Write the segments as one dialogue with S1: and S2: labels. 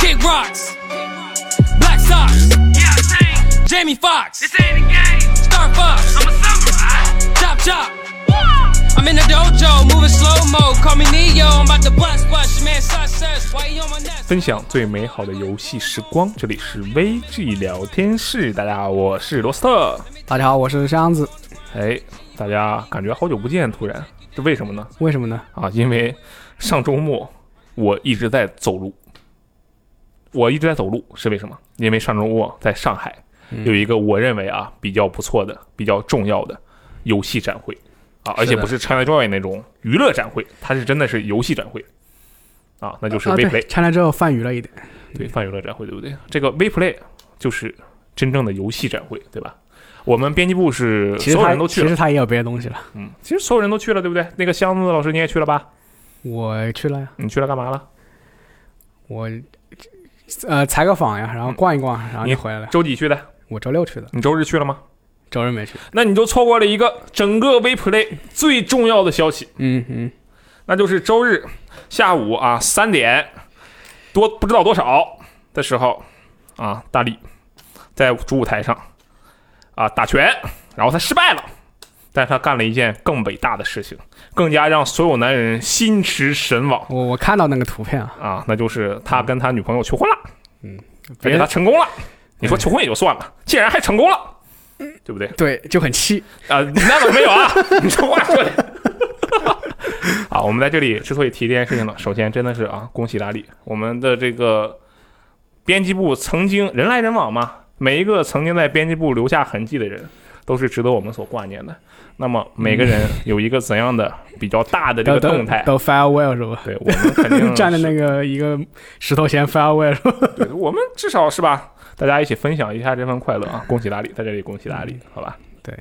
S1: big rocks, black socks,
S2: Yeah, I sing.
S1: Jamie Foxx,
S2: This ain't a game.
S1: Star Fox,
S2: I'm a samurai.
S1: chop chop.
S2: Woo!
S1: I'm in the dojo, moving slow mo. Call me Neo, I'm about to bust, bust, your man, success. Why you on my nest?
S3: 分享最美好的游戏时光，这里是 VG 聊天室。大家好，我是罗斯特。
S4: 大家好，我是箱子。
S3: 哎，大家感觉好久不见，突然，这为什么呢？
S4: 为什么呢？
S3: 啊，因为上周末我一直在走路，我一直在走路是为什么？因为上周末在上海
S4: 嗯
S3: 有一个我认为啊比较不错的、比较重要的游戏展会啊，而且
S4: 是的
S3: 不是 ChinaJoy 那种娱乐展会，它是真的是游戏展会啊，那就是呃
S4: 啊，对
S3: WePlay、
S4: 拆来之后泛娱了一点。
S3: 对，泛娱乐展会，对不对？这个 WePlay 就是真正的游戏展会，对吧？我们编辑部是
S4: 其
S3: 所
S4: 实
S3: 有
S4: 他
S3: 人都去
S4: 其
S3: 了
S4: 实，他也有别的东西了。
S3: 嗯，其实所有人都去了，对不对？那个箱子老师你也去了吧？
S4: 我去了呀，
S3: 你去了干嘛了？
S4: 我呃采个访呀，然后逛一逛，然后
S3: 嗯你
S4: 就回来了。
S3: 周几去的？
S4: 我周六去的，
S3: 你周日去了吗？
S4: 周日没去。
S3: 那你就错过了一个整个 WePlay 最重要的消息，
S4: 嗯嗯，
S3: 那就是周日下午啊三点多不知道多少的时候啊，大力在主舞台上啊打拳，然后他失败了，但是他干了一件更伟大的事情，更加让所有男人心驰神往
S4: 我我看到那个图片啊，
S3: 啊，那就是他跟他女朋友求婚了，而
S4: 别
S3: 且他
S4: 人
S3: 成功了。你说求婚也就算了，竟然还成功了，对不对？
S4: 对就很气。
S3: 啊，你那倒没有 啊，你这话说的。啊，我们在这里之所以提这件事情呢，首先真的是啊，恭喜拉力，我们的这个编辑部曾经人来人往嘛，每一个曾经在编辑部留下痕迹的人，都是值得我们所挂念的。那么每个
S4: 嗯
S3: 人有一个怎样的比较大的这个
S4: 都都
S3: 动态？嗯
S4: 都 farewell 是吧？
S3: 对我们肯定
S4: 站在
S3: 是
S4: 那个一个石头前 farewell 是吧？
S3: 对，我们至少是吧，大家一起分享一下这份快乐啊！恭喜大力，在这里恭喜大力，好吧？
S4: 嗯对。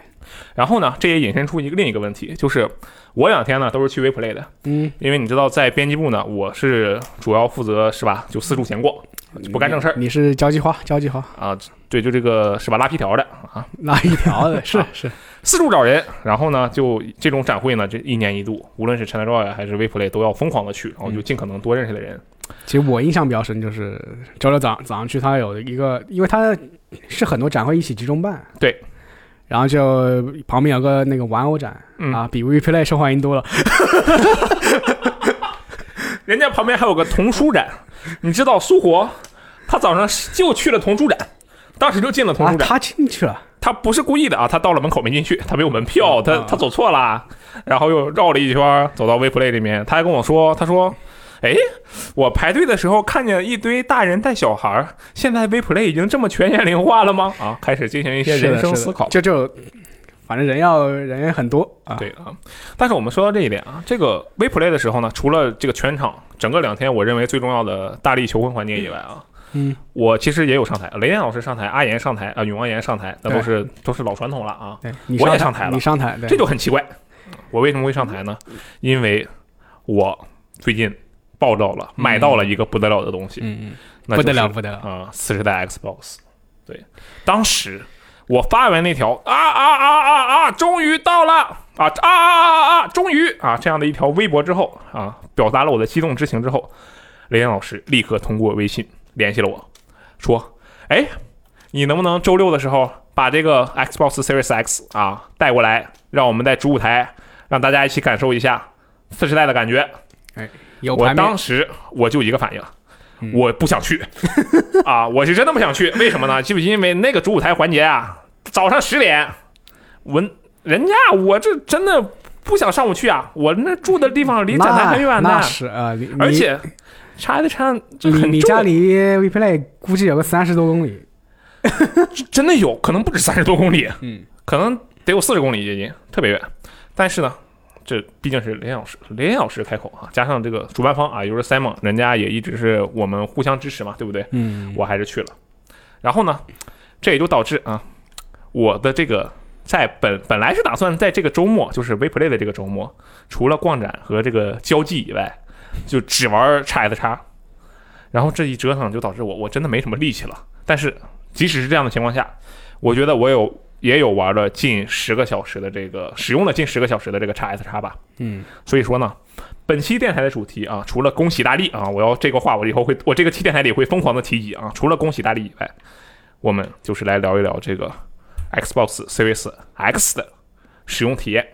S3: 然后呢，这也引申出一个另一个问题，就是我两天呢都是去 WePlay 的，
S4: 嗯，
S3: 因为你知道，在编辑部呢，我是主要负责是吧，就四处闲逛，
S4: 嗯
S3: 就不干正事儿
S4: 你是交际花，交际花
S3: 啊，对，就这个是吧，拉皮条的啊，
S4: 拉一条的， 是是，
S3: 四处找人，然后呢，就这种展会呢，这一年一度，无论是 ChinaJoy 啊还是 WePlay 都要疯狂的去，然后
S4: 嗯
S3: 就尽可能多认识的人。
S4: 其实我印象比较深，就是周六早上早上去，他有一个，因为他是很多展会一起集中办，
S3: 对，
S4: 然后就旁边有个那个玩偶展、
S3: 嗯
S4: 啊，比 WePlay 受欢迎多了。
S3: 人家旁边还有个童书展，你知道苏活，他早上就去了童书展，当时就进了童
S4: 啊，
S3: 书展，
S4: 他进去了，
S3: 他不是故意的啊，他到了门口没进去，他没有门票，他
S4: 啊
S3: 他走错了，然后又绕了一圈儿走到 WePlay 里面，他还跟我说，他说。哎，我排队的时候看见一堆大人带小孩儿，现在 WePlay 已经这么全年龄化了吗？啊，开始进行一些
S4: 是的
S3: 人生
S4: 是的
S3: 思考。
S4: 就就反正人要人也很多啊。
S3: 对啊，但是我们说到这一点啊，这个 WePlay 的时候呢，除了这个全场整个两天我认为最重要的大力求婚环节以外啊，
S4: 嗯，
S3: 我其实也有上台，雷电老师上台，阿岩上台，啊、永王岩上台，那都
S4: 对
S3: 是都是老传统了啊，
S4: 对，你
S3: 我也上
S4: 上
S3: 台了
S4: 你上台，对
S3: 这就很奇怪。我为什么会上台呢？因为我最近报道了，买到了一个不得了的东西，
S4: 嗯，
S3: 那
S4: 不
S3: 就是
S4: 得了不得了，
S3: 啊，四十代 Xbox。对，当时我发完那条啊啊啊啊啊，终于到了啊啊啊啊啊，终于啊这样的一条微博之后啊，表达了我的激动之情之后，雷电老师立刻通过微信联系了我，说：“哎，你能不能周六的时候把这个 Xbox Series X 啊带过来，让我们在主舞台让大家一起感受一下四十代的感觉。”
S4: 有
S3: 我
S4: 排面
S3: 当时我就一个反应，
S4: 嗯
S3: 我不想 去啊，我是真的不想去。为什么呢？就是因为那个主舞台环节啊，早上十点，我人家我这真的不想上午去啊，我那住的地方离展台很远
S4: 那
S3: 的
S4: 那，是啊，你
S3: 而且查的查
S4: 你
S3: 这很重
S4: 你你家离 WePlay 估计有个三十多公里，
S3: 真的有可能不止三十多公里，
S4: 嗯，
S3: 可能得有四十公里接近，特别远。但是呢，这毕竟是雷老师，雷老师开口啊，加上这个主办方啊，也就是 Simon，人家也一直是我们互相支持嘛，对不对？
S4: 嗯，
S3: 我还是去了。然后呢，这也就导致啊，我的这个在本本来是打算在这个周末，就是 WePlay 的这个周末，除了逛展和这个交际以外，就只玩叉 S 叉。然后这一折腾就导致我我真的没什么力气了。但是即使是这样的情况下，我觉得我有也有玩了近十个小时的这个使用了近十个小时的这个叉 S 叉吧。
S4: 嗯，
S3: 所以说呢，本期电台的主题啊，除了恭喜大力啊，我要这个话我以后会，我这个期电台里会疯狂的提及啊。除了恭喜大力以外，我们就是来聊一聊这个 Xbox Series X 的使用体验，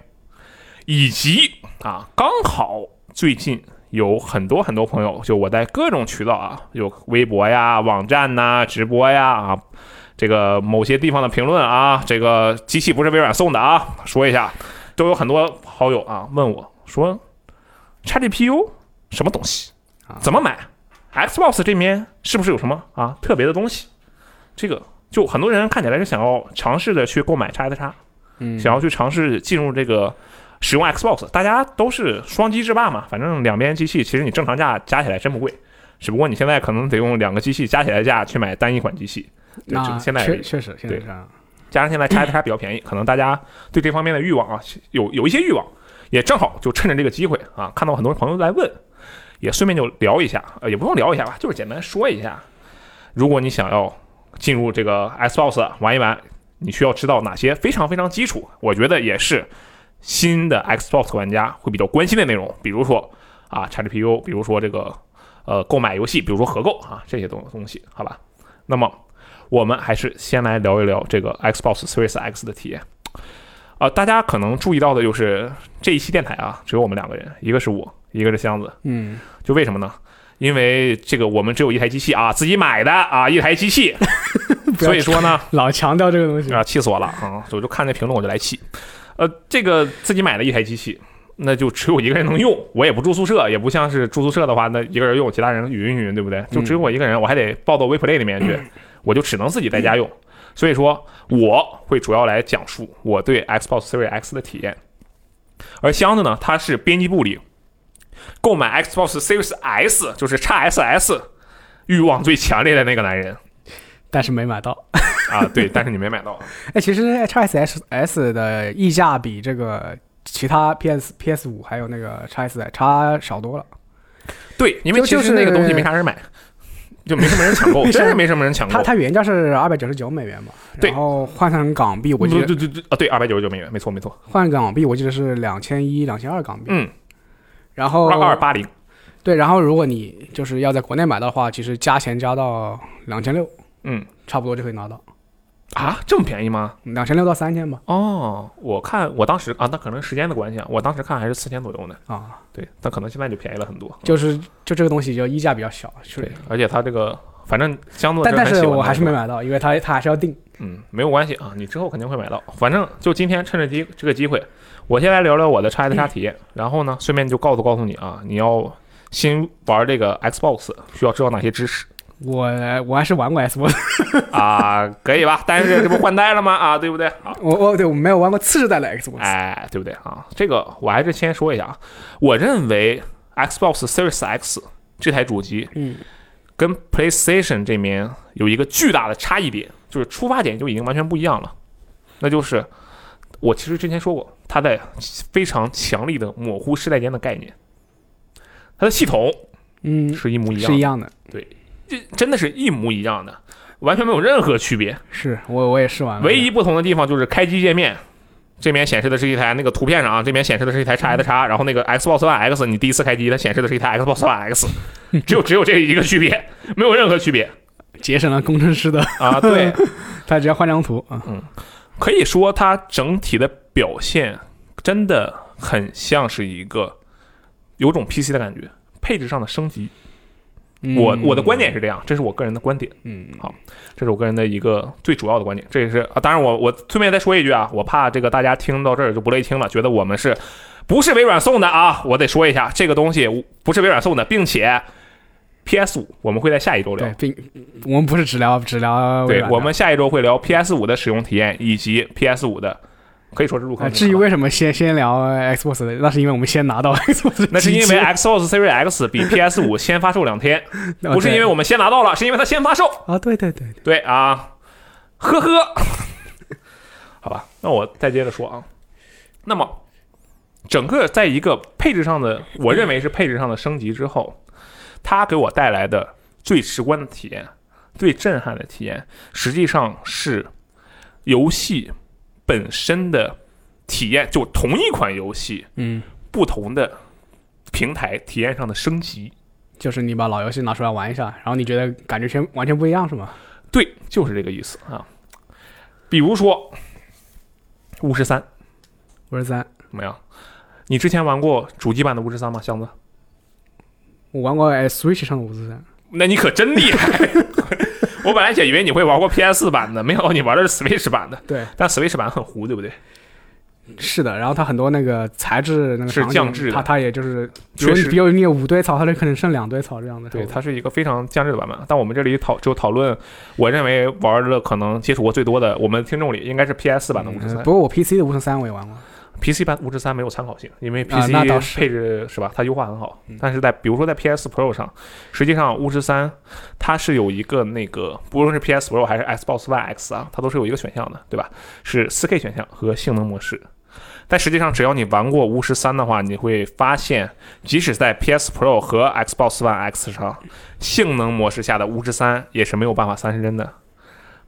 S3: 以及啊，刚好最近有很多很多朋友，就我在各种渠道啊，有微博呀、网站呐、直播呀啊，这个某些地方的评论啊，这个机器不是微软送的啊，说一下，都有很多好友啊问我说，XGPU 什么东西，怎么买？Xbox 这边是不是有什么啊特别的东西？这个就很多人看起来是想要尝试的去购买 X X 叉，
S4: 嗯
S3: 想要去尝试进入这个使用 Xbox，大家都是双机制霸嘛，反正两边机器其实你正常价加起来真不贵，只不过你现在可能得用两个机器加起来价去买单一款机器。对
S4: 那
S3: 这个现在
S4: 确确实现在
S3: 对
S4: 是啊
S3: 加上现在拆它比较便宜，可能大家对这方面的欲望啊有有一些欲望，也正好就趁着这个机会啊，看到很多朋友在问，也顺便就聊一下，呃，也不用聊一下吧，就是简单说一下，如果你想要进入这个 Xbox 玩一玩，你需要知道哪些非常非常基础，我觉得也是新的 Xbox 玩家会比较关心的内容，比如说啊 XGPU，比如说这个呃购买游戏，比如说合购啊这些东东西，好吧？那么我们还是先来聊一聊这个 Xbox Series X 的体验。啊、大家可能注意到的就是这一期电台啊，只有我们两个人，一个是我，一个是箱子。
S4: 嗯，
S3: 就为什么呢？因为这个我们只有一台机器啊，自己买的啊，一台机器，所以说呢，
S4: 老强调这个东西，
S3: 啊，气死我了啊！我就看这评论我就来气。呃，这个自己买的一台机器，那就只有一个人能用，我也不住宿舍，也不像是住宿舍的话，那一个人用，其他人云云，对不对？就只有我一个人，我还得抱到 WePlay 里面去，我就只能自己在家用。所以说，我会主要来讲述我对 Xbox Series X 的体验。而箱子呢，它是编辑部里购买 Xbox Series S，就是 XSS 欲望最强烈的那个男人
S4: 但是没买到。
S3: 啊，对，但是你没买到。
S4: 哎，其实 XS S 的溢价比这个其他 PS PS 五还有那个 XS 差少多了。
S3: 对，因为
S4: 就
S3: 其
S4: 就
S3: 实那个
S4: 是
S3: 东西没啥人买，就没什么人抢 购，
S4: 没事
S3: 真是没什么人抢购
S4: 它。它原价是二百九十九美元嘛，
S3: 对
S4: 然后换成港币，我记
S3: 对
S4: 得
S3: 对对对啊，对，二百九十九美元，没错没错，
S4: 换港币我记得是两千一、两千二港币。
S3: 嗯，
S4: 然后
S3: 二二八零，
S4: 对，然后如果你就是要在国内买到的话，其实加钱加到两千六，
S3: 嗯
S4: 差不多就可以拿到，
S3: 啊，这么便宜吗？
S4: 两千六到三千吧。
S3: 哦，我看我当时啊，那可能时间的关系啊，我当时看还是四千左右呢，
S4: 啊，
S3: 对，但可能现在就便宜了很多，
S4: 就是就这个东西就溢价比较小，是
S3: 对。，而且它这个反正相对
S4: 但但是我还是没
S3: 买，
S4: 买到，因为它它还是要定。
S3: 嗯，没有关系啊，你之后肯定会买到，反正就今天趁着机这个机会，我先来聊聊我的叉 S 叉体验，然后呢，顺便就告诉告诉你啊，你要新玩这个 Xbox 需要知道哪些知识。
S4: 我我还是玩过 S 我
S3: 啊，可以吧？但是这不换代了吗？啊， 对不对？啊，
S4: 我我对我没有玩过次世代的 Xbox，、
S3: 哎，对不对啊？这个我还是先说一下啊，我认为 Xbox Series X 这台主机
S4: 嗯，
S3: 跟 PlayStation 这边有一个巨大的差异点，就是出发点就已经完全不一样了。那就是我其实之前说过，它在非常强力的模糊世代间的概念，它的系统
S4: 嗯，
S3: 是一模一样
S4: 是
S3: 的，
S4: 一样的，
S3: 这真的是一模一样的，完全没有任何区别。
S4: 是我我也试玩了，
S3: 啊唯一不同的地方就是开机界面，这边显示的是一台那个图片上啊，这边显示的是一台 X S 叉，然后那个 Xbox One X 你第一次开机它显示的是一台 Xbox One X，只有只有这一个区别，没有任何区别
S4: 节省了工程师的，
S3: 啊。对，
S4: 他只要换张图啊，
S3: 嗯可以说它整体的表现真的很像是一个有种 PC 的感觉，配置上的升级。
S4: 嗯
S3: 我我的观点是这样，这是我个人的观点。
S4: 嗯
S3: 这是我个人的一个最主要的观点。这也是啊，当然我我顺便再说一句啊，我怕这个大家听到这儿就不乐意听了，觉得我们是不是微软送的啊？我得说一下，这个东西不是微软送的，并且 PS 五我们会在下一周聊
S4: 对，。并我们不是只聊只聊微
S3: 对
S4: 软，的
S3: 我们下一周会聊 PS 五的使用体验以及 PS 五的，可以说是入
S4: 啊，
S3: 坑。
S4: 至于为什么先先聊 Xbox 的，那是因为我们先拿到 Xbox，的
S3: 那是因
S4: 机器
S3: 为哎 Xbox Series X 比 PS 五先发售两 天，
S4: 啊
S3: 不是
S4: 对
S3: 因为我们先拿到了，是因为它先发售。
S4: 啊，对对对，对
S3: 对啊，呵呵， 好吧，那我再接着说啊。那么，整个在一个配置上的，我认为是配置上的升级之后，它给我带来的最直观的体验、最震撼的体验，实际上是游戏本身的体验，就同一款游戏
S4: 嗯
S3: 不同的平台体验上的升级。
S4: 就是你把老游戏拿出来玩一下，然后你觉得感觉全完全不一样是吗？
S3: 对，就是这个意思啊。比如说巫师三
S4: 五十三，
S3: 怎么样？你之前玩过主机版的巫师三吗？箱子？
S4: 我玩过哎 Switch 上的五十三，
S3: 那你可真厉 害！我本来也以为你会玩过 PS 版的，没想到你玩的是 Switch 版的。
S4: 对，
S3: 但 Switch 版很糊，对不对？
S4: 是的。然后它很多那个材质那个
S3: 是
S4: 场景
S3: 降智的
S4: 它它也就是，比
S3: 确
S4: 如
S3: 实
S4: 你比如你有五堆草，它就可能剩两堆草这样的。呃
S3: 对，它是一个非常降智的版本。但我们这里讨就讨论，我认为玩的可能接触过最多的，我们听众里应该是 PS 版的巫师
S4: 嗯
S3: 三
S4: 不过我 PC 的五十三我也玩过，
S3: ，PC 版巫师三没有参考性，因为
S4: 啊
S3: PC
S4: 那倒是嗯
S3: 配置是吧？它优化很好，但是在比如说在 PS Pro 上，实际上巫师三它是有一个那个，不论是 PS Pro 还是 Xbox One X 啊，它都是有一个选项的，对吧？是 4K 选项和性能模式。但实际上，只要你玩过巫师三的话，你会发现，即使在 PS Pro 和 Xbox One X 上，性能模式下的巫师三也是没有办法三十帧的，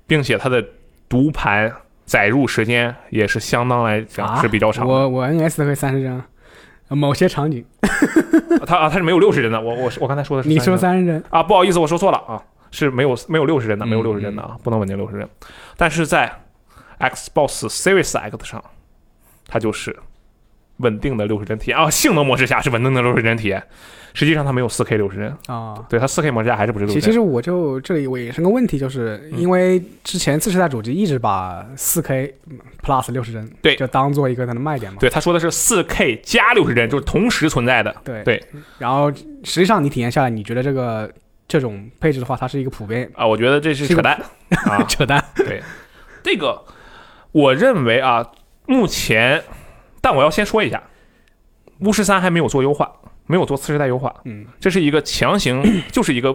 S3: 并且它的读盘载入时间也是相当来讲
S4: 啊
S3: 是比较长的。
S4: 我我 NS 都可以三十帧，呃某些场景
S3: 它啊，它是没有六十帧的。我我是我刚才说的是
S4: 你
S3: 30
S4: 说
S3: 帧
S4: 三十帧，
S3: 啊，不好意思，我说错了啊，是没有没有六十
S4: 嗯
S3: 帧的，没有六十帧的啊，不能稳定六十帧。但是在 Xbox Series X 上，它就是稳定的六十帧体验啊，性能模式下是稳定的六十帧体验，实际上它没有 4K 六十帧，
S4: 啊。
S3: 对它嗯 4K 模式下还是不是六
S4: 其
S3: 十
S4: 其
S3: 帧。
S4: 实我就这里我也是个问题，就是因为之前次世代主机一直把四 K Plus 六十帧，
S3: 对
S4: 就当做一个它的卖点嘛。
S3: 对，他说的是 4K 加六十帧，就是同时存在的。
S4: 对
S3: 对
S4: 然后实际上你体验下来，你觉得这个这种配置的话，它是一个普遍
S3: 啊，我觉得这是
S4: 是
S3: 扯
S4: 个，
S3: 淡啊
S4: 扯淡。
S3: 对，这个我认为啊，目前，但我要先说一下，巫师三还没有做优化，没有做次世代优化，
S4: 嗯，
S3: 这是一个强行，就是一个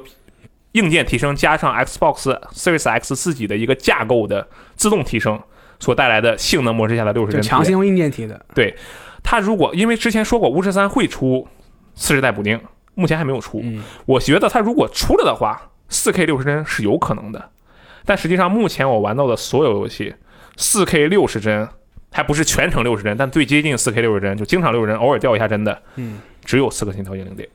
S3: 硬件提升加上 Xbox Series X 自己的一个架构的自动提升所带来的性能模式下的六十
S4: 就
S3: 帧体验。
S4: 强行用硬件提的。
S3: 它如果因为之前说过巫师三会出次世代补丁，目前还没有出，
S4: 嗯，
S3: 我觉得它如果出了的话，4 K 六十帧是有可能的。但实际上，目前我玩到的所有游戏，4 K 六十帧还不是全程六十帧，但最接近4 K 六十帧，就经常六十帧，偶尔掉一下帧的，
S4: 嗯，
S3: 只有《刺客信条：英灵殿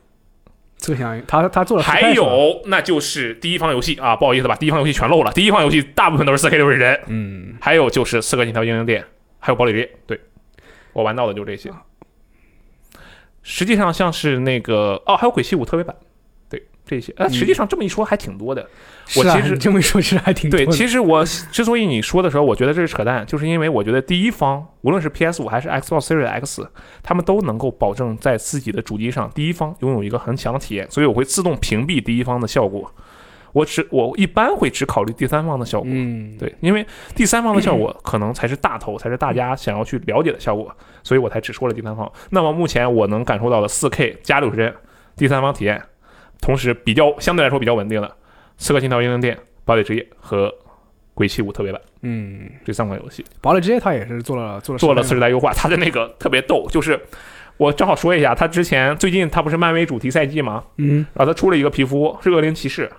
S4: 这个相应他他做》。了。
S3: 还有，那就是第一方游戏啊，不好意思吧，第一方游戏全漏了。第一方游戏大部分都是4 K 六十帧，
S4: 嗯，
S3: 还有就是《刺客信条：英灵殿》，还有《堡垒猎》。对，我玩到的就这些。实际上像是那个哦，还有《鬼泣五》特别版，对这些。呃，实际上这么一说还挺多的。我
S4: 是啊
S3: 其实
S4: 你这么一说，其实还挺多
S3: 对，
S4: 的
S3: 其实我之所以你说的时候，我觉得这是扯淡，就是因为我觉得第一方无论是 PS 五还是 Xbox Series X，他们都能够保证在自己的主机上第一方拥有一个很强的体验，所以我会自动屏蔽第一方的效果。我只我一般会只考虑第三方的效果，
S4: 嗯，
S3: 对，因为第三方的效果可能才是大头，才是大家想要去了解的效果，所以我才只说了第三方。那么目前我能感受到的4 K 加六十帧第三方体验，同时比较相对来说比较稳定的《刺客信条：英灵殿》《堡垒之夜》和《鬼泣五特别版》
S4: 嗯，
S3: 这三款游戏
S4: 堡垒之夜他也是做了做了
S3: 做了次
S4: 实
S3: 世代优化，它的那个特别逗，就是我正好说一下，它之前最近它不是漫威主题赛季吗？
S4: 嗯，
S3: 然后它出了一个皮肤是恶灵骑士，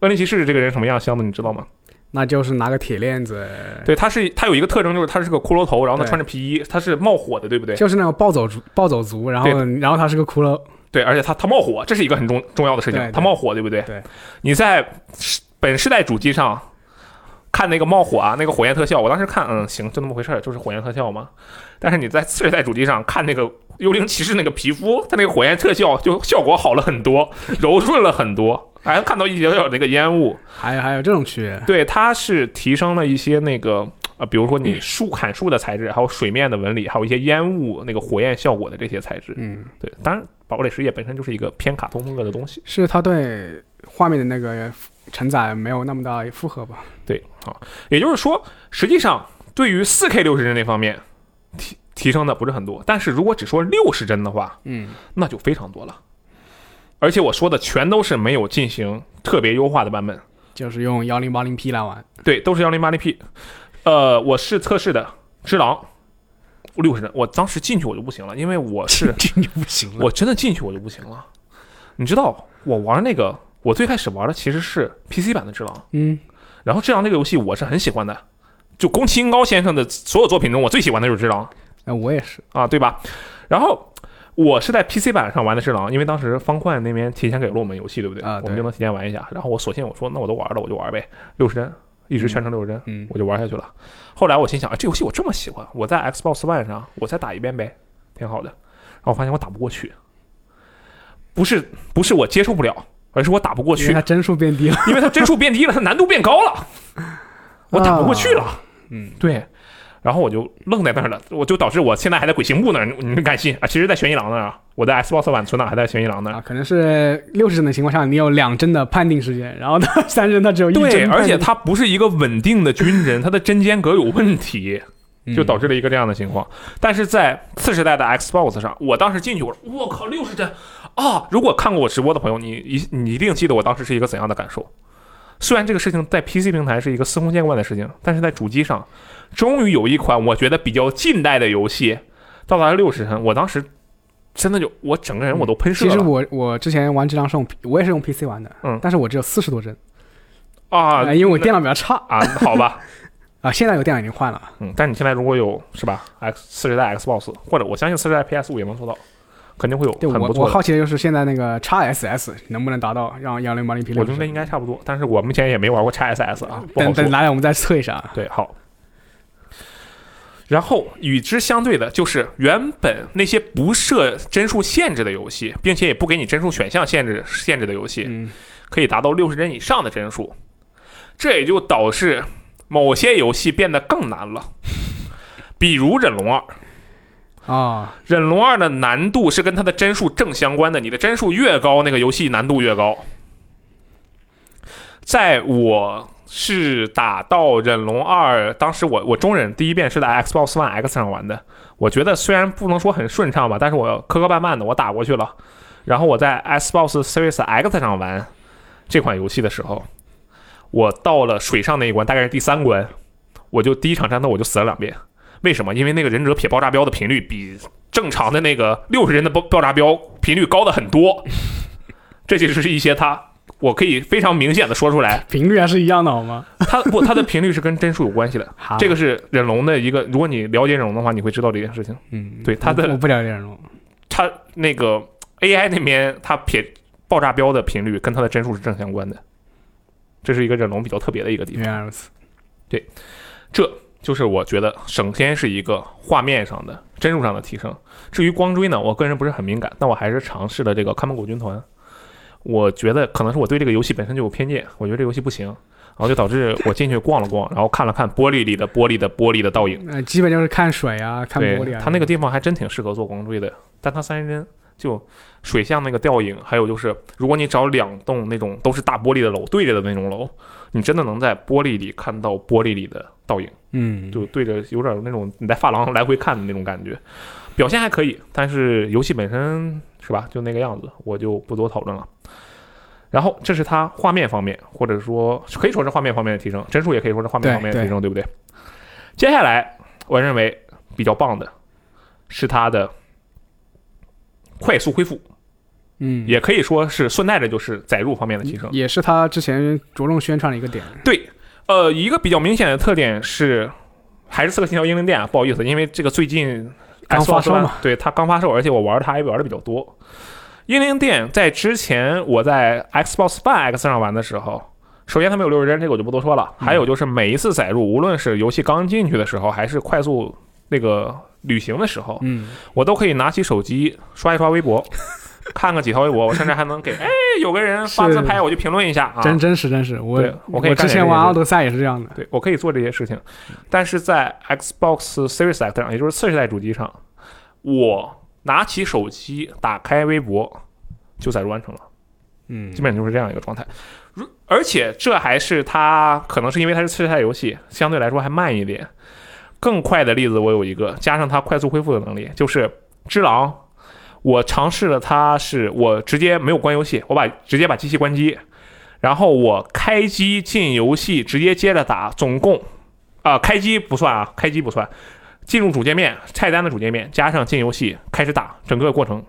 S3: 恶灵骑士这个人什么样，箱子你知道吗？
S4: 那就是拿个铁链子，
S3: 对，它是它有一个特征，就是它是个骷髅头，然后它
S4: 对
S3: 穿着皮衣，它是冒火的，对不对？
S4: 就是那个暴走族暴走族，然后然后他是个骷髅，
S3: 对，而且它它冒火，这是一个很重重要的事
S4: 对
S3: 情，
S4: 对
S3: 它冒火，对不对？
S4: 对，
S3: 你在本世代主机上看那个冒火啊，那个火焰特效，我当时看，嗯，行，就那么回事儿，就是火焰特效嘛。但是你在次世代主机上看那个幽灵骑士那个皮肤，它那个火焰特效就效果好了很多，柔顺了很多，还看到一点点那个烟雾，
S4: 还有还有这种区 别，
S3: 对，它是提升了一些那个呃，比如说
S4: 嗯
S3: 你树砍树的材质，还有水面的纹理，还有一些烟雾那个火焰效果的这些材质。
S4: 嗯，
S3: 对，当然堡垒实业本身就是一个偏卡通风格的东西。
S4: 是他对画面的那个承载没有那么大负荷吧？
S3: 对，好，也就是说，实际上对于四 K 六十帧那方面提提升的不是很多，但是如果只说六十帧的话，
S4: 嗯，
S3: 那就非常多了。而且我说的全都是没有进行特别优化的版本，
S4: 就是用幺零八零 P 来玩，
S3: 对，都是幺零八零 P。呃，我是测试的《只狼》六十帧，我当时进去我就不行了，因为我是
S4: 这就不行了。
S3: 我真的进去我就不行了。你知道我玩那个，我最开始玩的其实是 PC 版的《只狼》，
S4: 嗯，
S3: 然后《只狼》这个游戏我是很喜欢的，就宫崎英高先生的所有作品中，我最喜欢的就是《只狼》
S4: 那我也是，
S3: 啊，对吧？然后我是在 PC 版上玩的《智狼》，因为当时方块那边提前给了我们游戏，对不对？
S4: 啊对
S3: 我们就能提前玩一下。然后我索性我说，那我都玩了，我就玩呗，六十帧，一直全程六十帧，
S4: 嗯
S3: 我就玩下去了。后来我心想，啊，这游戏我这么喜欢，我在 Xbox One 上我再打一遍呗，挺好的。然后我发现我打不过去，不是不是我接受不了，而是我打不过
S4: 因
S3: 去
S4: 为它，帧数变低了。
S3: 因为它帧数变低了，它难度变高了，我打不过去了。
S4: 嗯，
S3: 对，然后我就愣在那儿了，我就导致我现在还在鬼行部那儿，你你们敢信啊？其实，在悬一郎那儿啊，我的 Xbox One 存档还在悬一郎那
S4: 啊，
S3: 儿。
S4: 可能是六十帧的情况下，你有两帧的判定时间，然后它 三帧它只有一帧判
S3: 对，
S4: 定。
S3: 而且它不是一个稳定的均帧，它的帧间隔有问题，就导
S4: 致
S3: 致了一个这样的情况。但是在次世代的 Xbox 上，我当时进去，我说我靠，六十帧啊！如果看过我直播的朋友，你一你一定记得我当时是一个怎样的感受。虽然这个事情在 PC 平台是一个司空见惯的事情，但是在主机上，终于有一款我觉得比较近代的游戏到达了六十帧，我当时真的就我整个人我都喷射
S4: 嗯其
S3: 了、
S4: 实我我之前玩《质量是用 P- 我也是用 PC 玩的，
S3: 嗯
S4: 但是我只有四十多帧
S3: 啊！
S4: 哎因为我电脑比较差
S3: 啊，好吧，
S4: 啊。现在有电脑已经换了，
S3: 嗯，但是你现在如果有是吧，X 四十代 Xbox，或者我相信四十代 PS 五也能做到，肯定会有
S4: 对
S3: 很
S4: 我
S3: 不
S4: 我
S3: 错的
S4: 好。奇的就是现在那个 x SS 能不能达到让幺零八零 P
S3: 我
S4: 六
S3: 觉
S4: 十
S3: 得？应该差不多，但是我目前也没玩过 XSS 啊，不好
S4: 等
S3: 说
S4: 等。来了我们再测一下啊。
S3: 对，好。然后与之相对的就是，原本那些不设帧数限制的游戏，并且也不给你帧数选项限制限制的游戏，
S4: 嗯，
S3: 可以达到六十帧以上的帧数，这也就导致某些游戏变得更难了。比如《忍龙二》，《
S4: 哦，
S3: 忍龙二》的难度是跟它的帧数正相关的，你的帧数越高，那个游戏难度越高。在我是打到忍龙二，当时我我中忍第一遍是在 Xbox One X 上玩的，我觉得虽然不能说很顺畅吧，但是我磕磕绊绊的我打过去了。然后我在 Xbox Series X 上玩这款游戏的时候，我到了水上那一关，大概是第三关，我就第一场战斗我就死了两遍。为什么？因为那个忍者撇爆炸镖的频率比正常的那个六十帧的爆爆炸镖频率高的很多，这就是一些它我可以非常明显的说出来，
S4: 频率还是一样的好吗？
S3: 它不，它的频率是跟帧数有关系的
S4: 好。
S3: 啊这个是忍龙的一个，如果你了解忍龙的话，你会知道这件事情。
S4: 嗯，
S3: 对它的
S4: 我我不了解这种。
S3: 它那个 AI 那边，它撇爆炸标的频率跟它的帧数是正相关的，这是一个忍龙比较特别的一个地
S4: 原
S3: 方。
S4: 来如此，
S3: 这就是我觉得首先是一个画面上的帧数上的提升。至于光追呢，我个人不是很敏感，但我还是尝试了这个看门狗军团。我觉得可能是我对这个游戏本身就有偏见，我觉得这游戏不行，然后就导致我进去逛了逛，然后看了看玻璃里的玻璃的玻璃的倒影。
S4: 呃，基本就是看水啊，看
S3: 对，
S4: 玻璃啊。
S3: 它那个地方还真挺适合做光追的，但它三十帧就水像那个倒影，还有就是如果你找两栋那种都是大玻璃的楼对着的那种楼，你真的能在玻璃里看到玻璃里的倒影，
S4: 嗯，
S3: 就对着有点那种你在发廊来回看的那种感觉，表现还可以，但是游戏本身是吧，就那个样子，我就不多讨论了。然后这是它画面方面，或者说可以说是画面方面的提升，帧数也可以说是画面
S4: 对
S3: 方面的提升，对不对？接下来我认为比较棒的是它的快速恢复，
S4: 嗯
S3: 也可以说是顺带着就是载入方面的提升。
S4: 也是他之前着重宣传的一个点。
S3: 对，呃，一个比较明显的特点是，还是刺客信条英灵殿啊，不好意思，因为这个最近
S4: 刚
S3: Xbox
S4: 发售
S3: One-
S4: 嘛
S3: 对它刚发售，而且我玩它也玩的比较多。英灵殿在之前我在 Xbox One X 上玩的时候，首先它没有六十帧，这个我就不多说了。
S4: 嗯
S3: 还有就是每一次载入，无论是游戏刚进去的时候，还是快速那个旅行的时候，
S4: 嗯，
S3: 我都可以拿起手机刷一刷微 博，看个几条微博，我甚至还能给哎有个人发自
S4: 是
S3: 拍，我就评论一下啊。
S4: 真真实真实，我
S3: 对我
S4: 我
S3: 可以干
S4: 之
S3: 点这
S4: 前
S3: 个
S4: 玩
S3: 事
S4: 《奥德赛》也是这样的。
S3: 对我可以做这些事情，但是在 Xbox Series X 上，也就是次世代主机上，我拿起手机打开微博就载入完成了，
S4: 嗯
S3: 基本就是这样一个状态。如而且这还是它可能是因为它是次世代游戏，相对来说还慢一点。更快的例子我有一个，加上它快速恢复的能力，就是《只狼》，我尝试了它是我直接没有关游戏，我把直接把机器关机，然后我开机进游戏，直接接着打，总共啊、开机不算啊，开机不算，进入主界面菜单的主界面，加上进游戏开始打，整个过程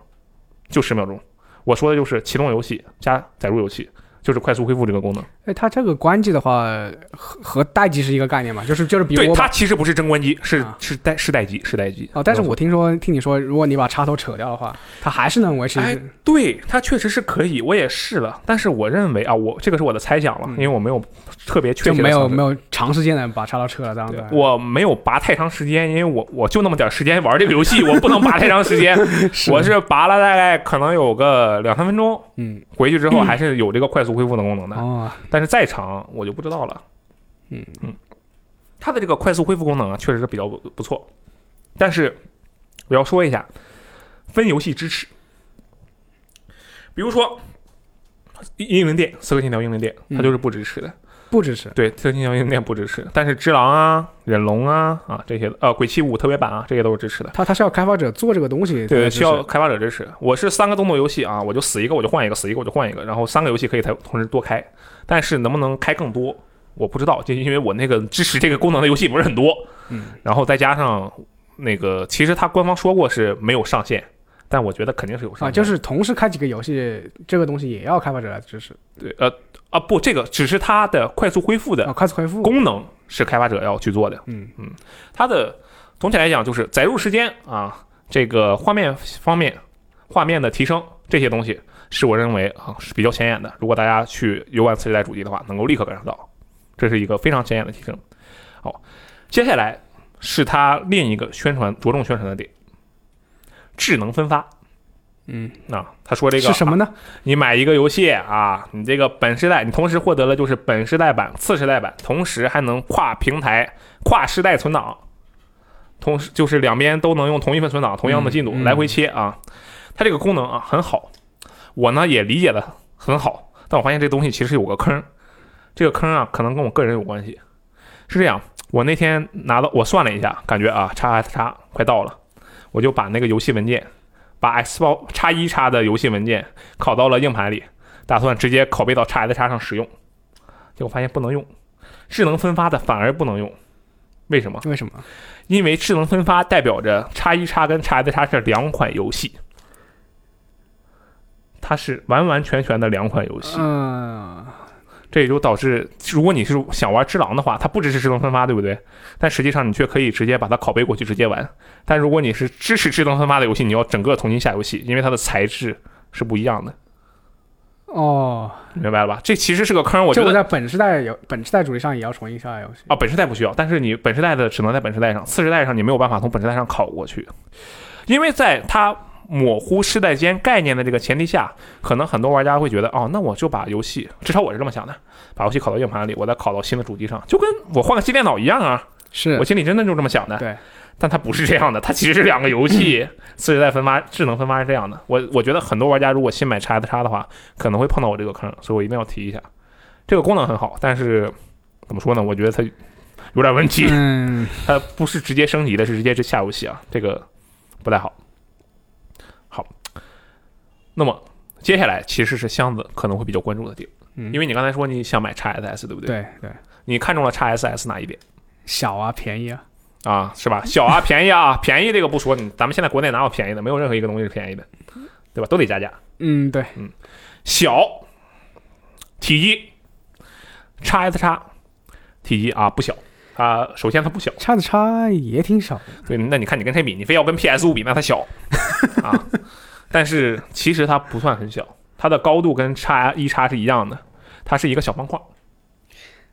S3: 就十秒钟。我说的就是启动游戏加载入游戏，就是快速恢复这个功能。
S4: 哎，它这个关机的话和和待机是一个概念嘛？就是就是比
S3: 对，
S4: 如我
S3: 它
S4: 把
S3: 其实不是真关机，是
S4: 啊
S3: 是待是待机，是待机。
S4: 哦，但是我听说听你说，如果你把插头扯掉的话，它还是能维持。
S3: 哎，对，它确实是可以，我也试了，但是我认为啊，我这个是我的猜想了，因为我没有特别确
S4: 就
S3: 切的
S4: 没有
S3: 想法
S4: 没有长时间的把插头扯了，这样子。
S3: 我没有拔太长时间，因为我我就那么点儿时间玩这个游戏，我不能拔太长时 间。我是拔了大概可能有个两三分钟，
S4: 嗯，
S3: 回去之后还是有这个快速恢复的功能的，
S4: 哦，
S3: 但是再长我就不知道了。
S4: 嗯
S3: 嗯，它的这个快速恢复功能啊，确实是比较不不错，但是我要说一下分游戏支持，比如说。英灵殿，《刺客信条：英灵殿》，它
S4: 嗯
S3: 就是不支持的。
S4: 不支持。
S3: 对，特信条硬件不支持，但是只狼啊、忍龙啊啊这些，呃，鬼泣五特别版啊，这些都是支持的。
S4: 它它是要开发者做这个东西才支持，
S3: 对，需要开发者支持。我是三个动作游戏啊，我就死一个我就换一个，死一个我就换一个，然后三个游戏可以才同时多开，但是能不能开更多，我不知道，就因为我那个支持这个功能的游戏不是很多，
S4: 嗯，
S3: 然后再加上那个，其实他官方说过是没有上限，但我觉得肯定是有上限
S4: 啊，
S3: 的，
S4: 就是同时开几个游戏，这个东西也要开发者来支持
S3: 对，呃啊不，这个只是它的快速恢复的
S4: 啊，快速恢复。
S3: 功能是开发者要去做的。
S4: 嗯
S3: 嗯，它的总体来讲就是载入时间啊，这个画面方面、画面的提升这些东西，是我认为啊是比较显眼的。如果大家去游玩次世代主机的话，能够立刻感受到，这是一个非常显眼的提升。好，接下来是它另一个宣传着重宣传的点。智能分发
S4: 嗯，
S3: 啊，他说这个
S4: 是什么呢？
S3: 你买一个游戏啊，你这个本世代，你同时获得了就是本世代版、次世代版，同时还能跨平台、跨世代存档，同时就是两边都能用同一份存档、同样的进度、
S4: 嗯嗯
S3: 来回切啊。它这个功能啊很好，我呢也理解的很好，但我发现这东西其实有个坑儿，这个坑儿啊可能跟我个人有关系。是这样，我那天拿到我算了一下，感觉啊叉叉叉快到了，我就把那个游戏文件，把 Xbox 叉一叉的游戏文件拷到了硬盘里，打算直接拷贝到叉 S 叉上使用，结果发现不能用，智能分发的反而不能用，为什么？
S4: 为什么？
S3: 因为智能分发代表着叉一叉跟叉 S 叉是两款游戏，它是完完全全的两款游戏，
S4: 嗯，
S3: 这也就导致如果你是想玩只狼的话，它不支持智能分发，对不对？但实际上你却可以直接把它拷贝过去直接玩。但如果你是支持智能分发的游戏，你要整个重新下游戏，因为它的材质是不一样的，
S4: 哦，
S3: 你明白了吧？这其实是个坑，我觉
S4: 这
S3: 得
S4: 我在本世代有本世代主机上也要重新下游戏。
S3: 啊，本世代不需要，但是你本世代的只能在本世代上，次世代上你没有办法从本世代上拷过去，因为在它模糊世代间概念的这个前提下，可能很多玩家会觉得，哦，那我就把游戏，至少我是这么想的，把游戏拷到硬盘里，我再拷到新的主机上，就跟我换个新电脑一样啊，
S4: 是
S3: 我心里真的就这么想的。
S4: 对，
S3: 但它不是这样的，它其实是两个游 戏，次世代分发、智能分发是这样的。我我觉得很多玩家如果新买 x S 叉的话，可能会碰到我这个坑，所以我一定要提一下。这个功能很好，但是怎么说呢？我觉得它有点问 题，
S4: 嗯，
S3: 它不是直接升级的，是直接这下游戏啊，这个不太好。好，那么接下来其实是箱子可能会比较关注的点，
S4: 嗯
S3: 因为你刚才说你想买 x SS 对不对？，
S4: 对对，
S3: 你看中了 x SS 哪一点？
S4: 小啊，便宜啊，
S3: 啊，是吧？小啊，便宜啊， 便宜这个不说，你咱们现在国内哪有便宜的？没有任何一个东西是便宜的，对吧？都得加价。
S4: 嗯，对，
S3: 小，体积，叉 S 叉，体积啊不小啊。首先它不小，
S4: 叉子叉也挺小的，
S3: 对，那你看你跟谁比？你非要跟 PS 五比，那它小啊。但是其实它不算很小，它的高度跟叉一叉是一样的，它是一个小方块。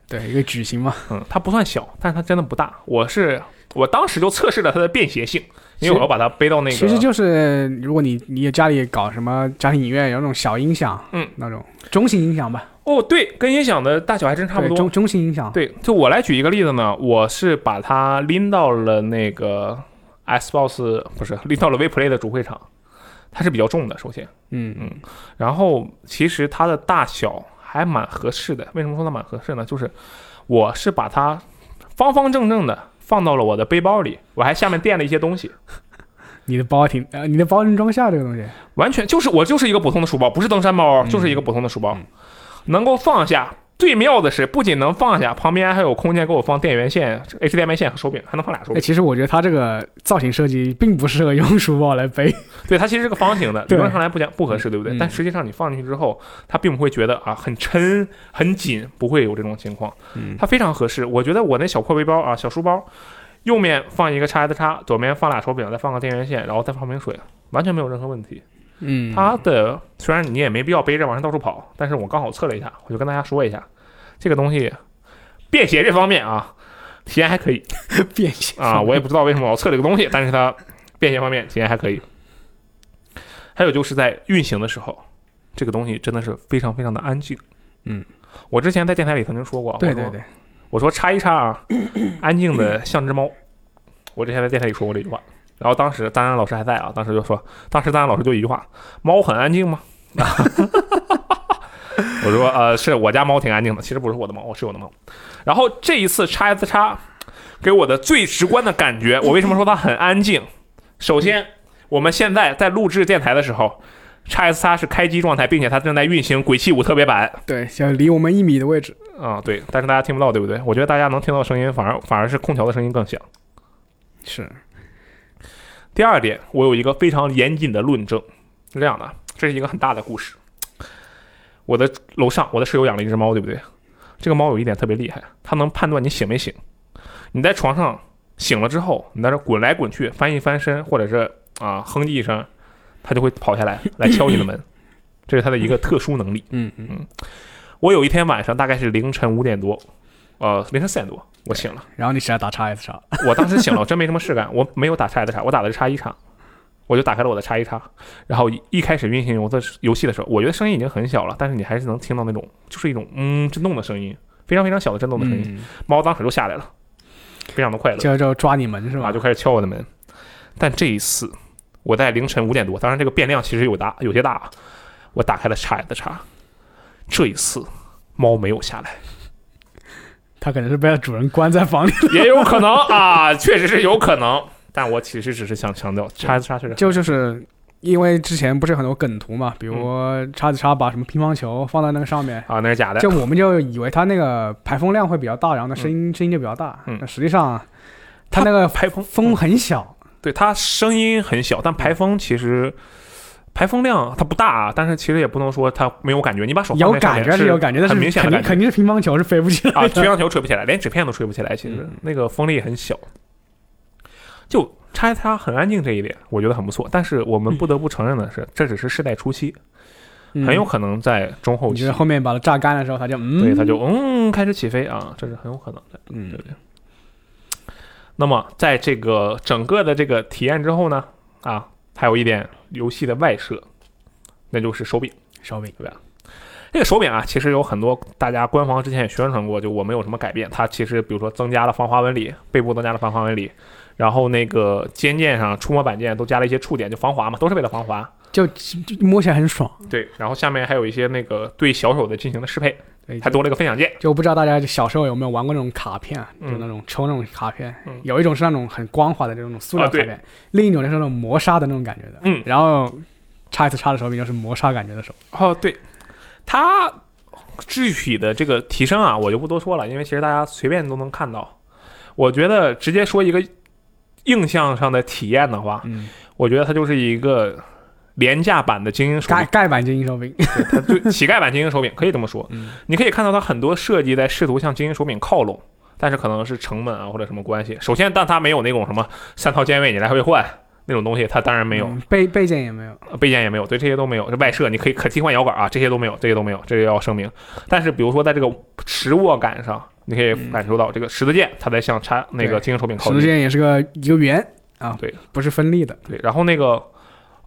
S4: 对，一个矩形嘛，
S3: 嗯，它不算小，但是它真的不大。我是我当时就测试了它的便携性，因为我要把它背到那个。
S4: 其实就是如果你你家里搞什么家庭影院，有那种小音响，
S3: 嗯，
S4: 那种中型音响吧，
S3: 哦，对，跟音响的大小还真差不
S4: 对，
S3: 多
S4: 中。中型音响，
S3: 对，就我来举一个例子呢，我是把它拎到了那个 Xbox，不是拎到了 WePlay 的主会场，它是比较重的，首先，
S4: 嗯
S3: 嗯然后其实它的大小还蛮合适的。为什么说它蛮合适呢？就是我是把它方方正正的放到了我的背包里，我还下面垫了一些东西，
S4: 你的包挺，呃，你的包能装下这个东西，嗯
S3: 完全就是我就是一个普通的书包，不是登山包哦，就是一个普通的书包，能够放下，最妙的是，不仅能放下，旁边还有空间给我放电源线、HDMI 线和手柄，还能放俩手
S4: 哎，
S3: 柄。
S4: 其实我觉得它这个造型设计并不适合用书包来背。
S3: 对，它其实是个方形的，理
S4: 对
S3: 论上来不讲不合适，对不对？
S4: 嗯
S3: 但实际上你放进去之后，它并不会觉得啊很抻、很紧，不会有这种情况。
S4: 嗯
S3: 它非常合适。我觉得我那小破背包啊，小书包，右面放一个叉 S 叉，左面放俩手柄，再放个电源线，然后再放瓶水，完全没有任何问题。
S4: 嗯
S3: 它的虽然你也没必要背着往上到处跑，但是我刚好测了一下，我就跟大家说一下，这个东西便携这方面啊，体验还可以
S4: 便携
S3: 啊， 我也不知道为什么我测这个东西，但是它便携方面体验还可以。还有就是在运行的时候，这个东西真的是非常非常的安静。
S4: 嗯，
S3: 我之前在电台里曾经说过，
S4: 对
S3: 我说
S4: 对对，
S3: 我说叉一叉啊，安静的像只猫。我之前在电台里说过这句话，然后当时丹丹老师还在啊，当时就说，当时丹丹老师就一句话：猫很安静吗？ 我说呃，是我家猫挺安静的，其实不是我的猫，我室友的猫。然后这一次叉 S 叉给我的最直观的感觉，我为什么说它很安静？首先，我们现在在录制电台的时候，叉 S 叉是开机状态，并且它正在运行《鬼泣五特别版》。
S4: 对，像离我们一米的位置，
S3: 啊、对，但是大家听不到，对不对？我觉得大家能听到声音，反而反而是空调的声音更响。
S4: 是
S3: 第二点，我有一个非常严谨的论证，是这样的，这是一个很大的故事。我的楼上，我的室友养了一只猫，对不对？这个猫有一点特别厉害，它能判断你醒没醒。你在床上醒了之后，你在这滚来滚去，翻一翻身，或者是啊、哼唧一声，它就会跑下来来敲你的门，这是它的一个特殊能力。
S4: 嗯嗯，
S3: 我有一天晚上大概是凌晨五点多，呃，凌晨四点多，我醒了。
S4: 然后你起来打叉 S 叉，
S3: 我当时醒了，我真没什么事干，我没有打叉 S 叉，我打的是叉一叉，我就打开了我的叉一叉，然后一一开始运行我的游戏的时候，我觉得声音已经很小了，但是你还是能听到那种就是一种嗯震动的声音，非常非常小的震动的声音。
S4: 嗯，
S3: 猫当时就下来了，非常的快乐，
S4: 就就抓你门是
S3: 啊
S4: 吧？
S3: 就开始敲我的门。但这一次我在凌晨五点多，当然这个变量其实有大有些大啊，我打开了叉 S 叉，这一次猫没有下来。
S4: 它可能是被它主人关在房里，
S3: 也有可能啊，确实是有可能。但我其实只是想强调，叉叉确实
S4: 就就是。因为之前不是有很多梗图嘛，比如
S3: 嗯
S4: 叉子叉把什么乒乓球放在那个上面，
S3: 啊，那是假的
S4: 就。我们就以为它那个排风量会比较大，然后呢声音、声音就比较大。
S3: 嗯
S4: 那实际上它那个
S3: 排风嗯
S4: 风嗯很小，
S3: 对它声音很小，但排风其实排风量它不大，啊但是其实也不能说它没有感觉。你把手
S4: 有
S3: 放在上嗯
S4: 感
S3: 面
S4: 觉
S3: 是
S4: 有感觉，但是
S3: 很明显的
S4: 肯定
S3: 感觉
S4: 肯定是乒乓球是飞不起来
S3: 啊，乒
S4: 的。
S3: 乓球吹不起来，连纸片都吹不起来。其实
S4: 嗯
S3: 那个风力很小，就拆它很安静这一点，我觉得很不错。但是我们不得不承认的是，这只是世代初期，
S4: 嗯
S3: 很有可能在中后
S4: 你觉
S3: 期
S4: 得，后面把它榨干的时候，它就嗯，
S3: 对它就嗯开始起飞啊，这是很有可能的。
S4: 嗯
S3: 那么在这个整个的这个体验之后呢，啊，还有一点游戏的外设，那就是手柄。
S4: 烧饼
S3: 这个手柄啊，其实有很多大家官方之前也宣传过，就我没有什么改变。它其实比如说增加了防滑纹理，背部增加了防滑纹理，然后那个肩键上触摸板键都加了一些触点，就防滑嘛，都是为了防滑。
S4: 就就摸起来很爽。
S3: 对，然后下面还有一些那个对小手的进行的适配，
S4: 对，
S3: 还
S4: 就
S3: 多了一个分享键。
S4: 就不知道大家小时候有没有玩过那种卡片啊，就
S3: 嗯
S4: 那种抽那种卡片
S3: 嗯，
S4: 有一种是那种很光滑的这种塑料
S3: 啊
S4: 卡
S3: 对
S4: 片，另一种就是那种磨砂的那种感觉的。
S3: 嗯
S4: 然后叉一次叉的手柄就是磨砂感觉的手，
S3: 哦，对，它具体的这个提升啊，我就不多说了，因为其实大家随便都能看到。我觉得直接说一个印象上的体验的话，
S4: 嗯，
S3: 我觉得它就是一个廉价版的精英手
S4: 盖
S3: 柄，
S4: 盖板精英手柄。
S3: 它就乞丐版精英手 柄，可以这么说。
S4: 嗯
S3: 你可以看到它很多设计在试图向精英手柄靠拢。但是可能是成本啊或者什么关系。首先，但它没有那种什么三套键位你来回换那种东西，它当然没有。
S4: 嗯 背背件也没有，
S3: 呃，背键也没有，对这些都没有。这外设你可以可替换摇杆啊，这些都没有，这些都没有，这个要声明。但是比如说在这个持握感上，你可以感受到这个十字键它在向插那个
S4: 对
S3: 精英手柄靠
S4: 手之
S3: 近。
S4: 间也是个一个圆啊，
S3: 对，
S4: 不是分立的，
S3: 对，然后那个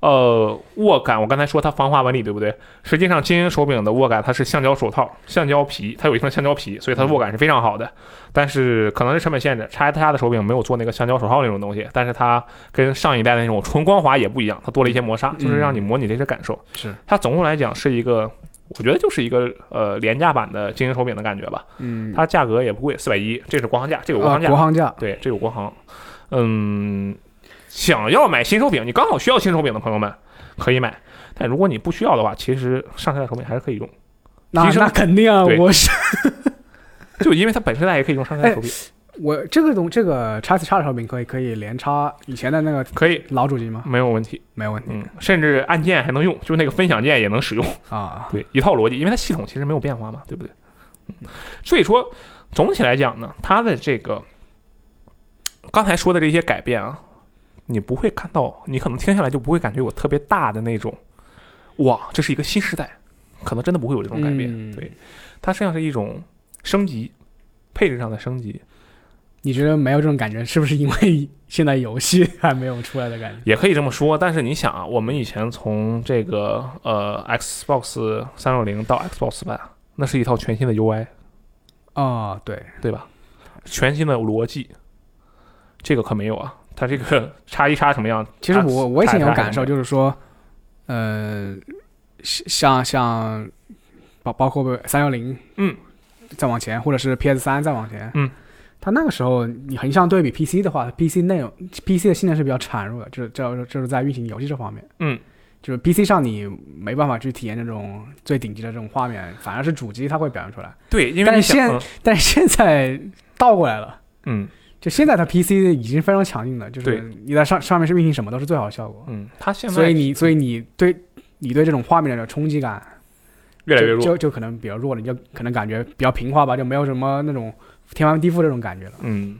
S3: 呃握感，我刚才说它防滑纹理对不对？实际上精英手柄的握感它是橡胶手套、橡胶皮，它有一层橡胶皮，所以它的握感是非常好的。但是可能是成本限制，叉叉的手柄没有做那个橡胶手套那种东西，但是它跟上一代的那种纯光滑也不一样，它多了一些磨砂，就是让你模拟这些感受。
S4: 嗯是，
S3: 它总共来讲是一个，我觉得就是一个呃廉价版的精英手柄的感觉吧。
S4: 嗯，
S3: 它价格也不贵，四百一，这是国行价，这有国
S4: 啊
S3: 行价，
S4: 国行价，
S3: 对，这有国行。嗯，想要买新手柄，你刚好需要新手柄的朋友们可以买，但如果你不需要的话，其实上下手柄还是可以用。
S4: 那
S3: 提升
S4: 那肯定啊，
S3: 对
S4: 我是
S3: 就因为它本身它也可以用上下手柄，
S4: 我这个东这个 X S 叉的手柄可以可以连插以前的那个
S3: 可以
S4: 老主机吗？
S3: 没有问题。
S4: 没问题
S3: 嗯，甚至按键还能用，就那个分享键也能使用。
S4: 啊。
S3: 对，一套逻辑，因为它系统其实没有变化嘛，对不对？嗯所以说，总体来讲呢，它的这个刚才说的这些改变啊，你不会看到，你可能听下来就不会感觉有特别大的那种，哇，这是一个新时代，可能真的不会有这种改变。
S4: 嗯
S3: 对，它实际上是一种升级，配置上的升级，
S4: 你觉得没有这种感觉，是不是因为现在游戏还没有出来的感觉？
S3: 也可以这么说。但是你想啊，我们以前从这个呃 Xbox 三六零到 Xbox 版，那是一套全新的 UI，
S4: 哦，对，
S3: 对吧？全新的逻辑，这个可没有啊。它这个 叉一叉什么样？
S4: 其实我我以前有感受，
S3: 就
S4: 就是说，呃，像像包包括三幺零，
S3: 嗯，
S4: 再往前，或者是 PS 三再往前，
S3: 嗯，
S4: 它那个时候你横向对比 PC 的话，PC 内容 PC 的性能是比较孱弱的，就是这这是在运行游戏这方面，
S3: 嗯，
S4: 就是 PC 上你没办法去体验这种最顶级的这种画面，反而是主机它会表现出来，
S3: 对，因为
S4: 但
S3: 你
S4: 是
S3: 想，
S4: 现但是现在倒过来了。
S3: 嗯
S4: 就现在它 PC 已经非常强硬了，就
S3: 对
S4: 是你在上上面是运行什么都是最好的效果。
S3: 嗯，它现在
S4: 所以你所以你对你对这种画面的冲击感
S3: 越来越
S4: 就
S3: 弱。
S4: 就就可能比较弱了，你就可能感觉比较平滑吧，就没有什么那种天翻地覆这种感觉了。
S3: 嗯，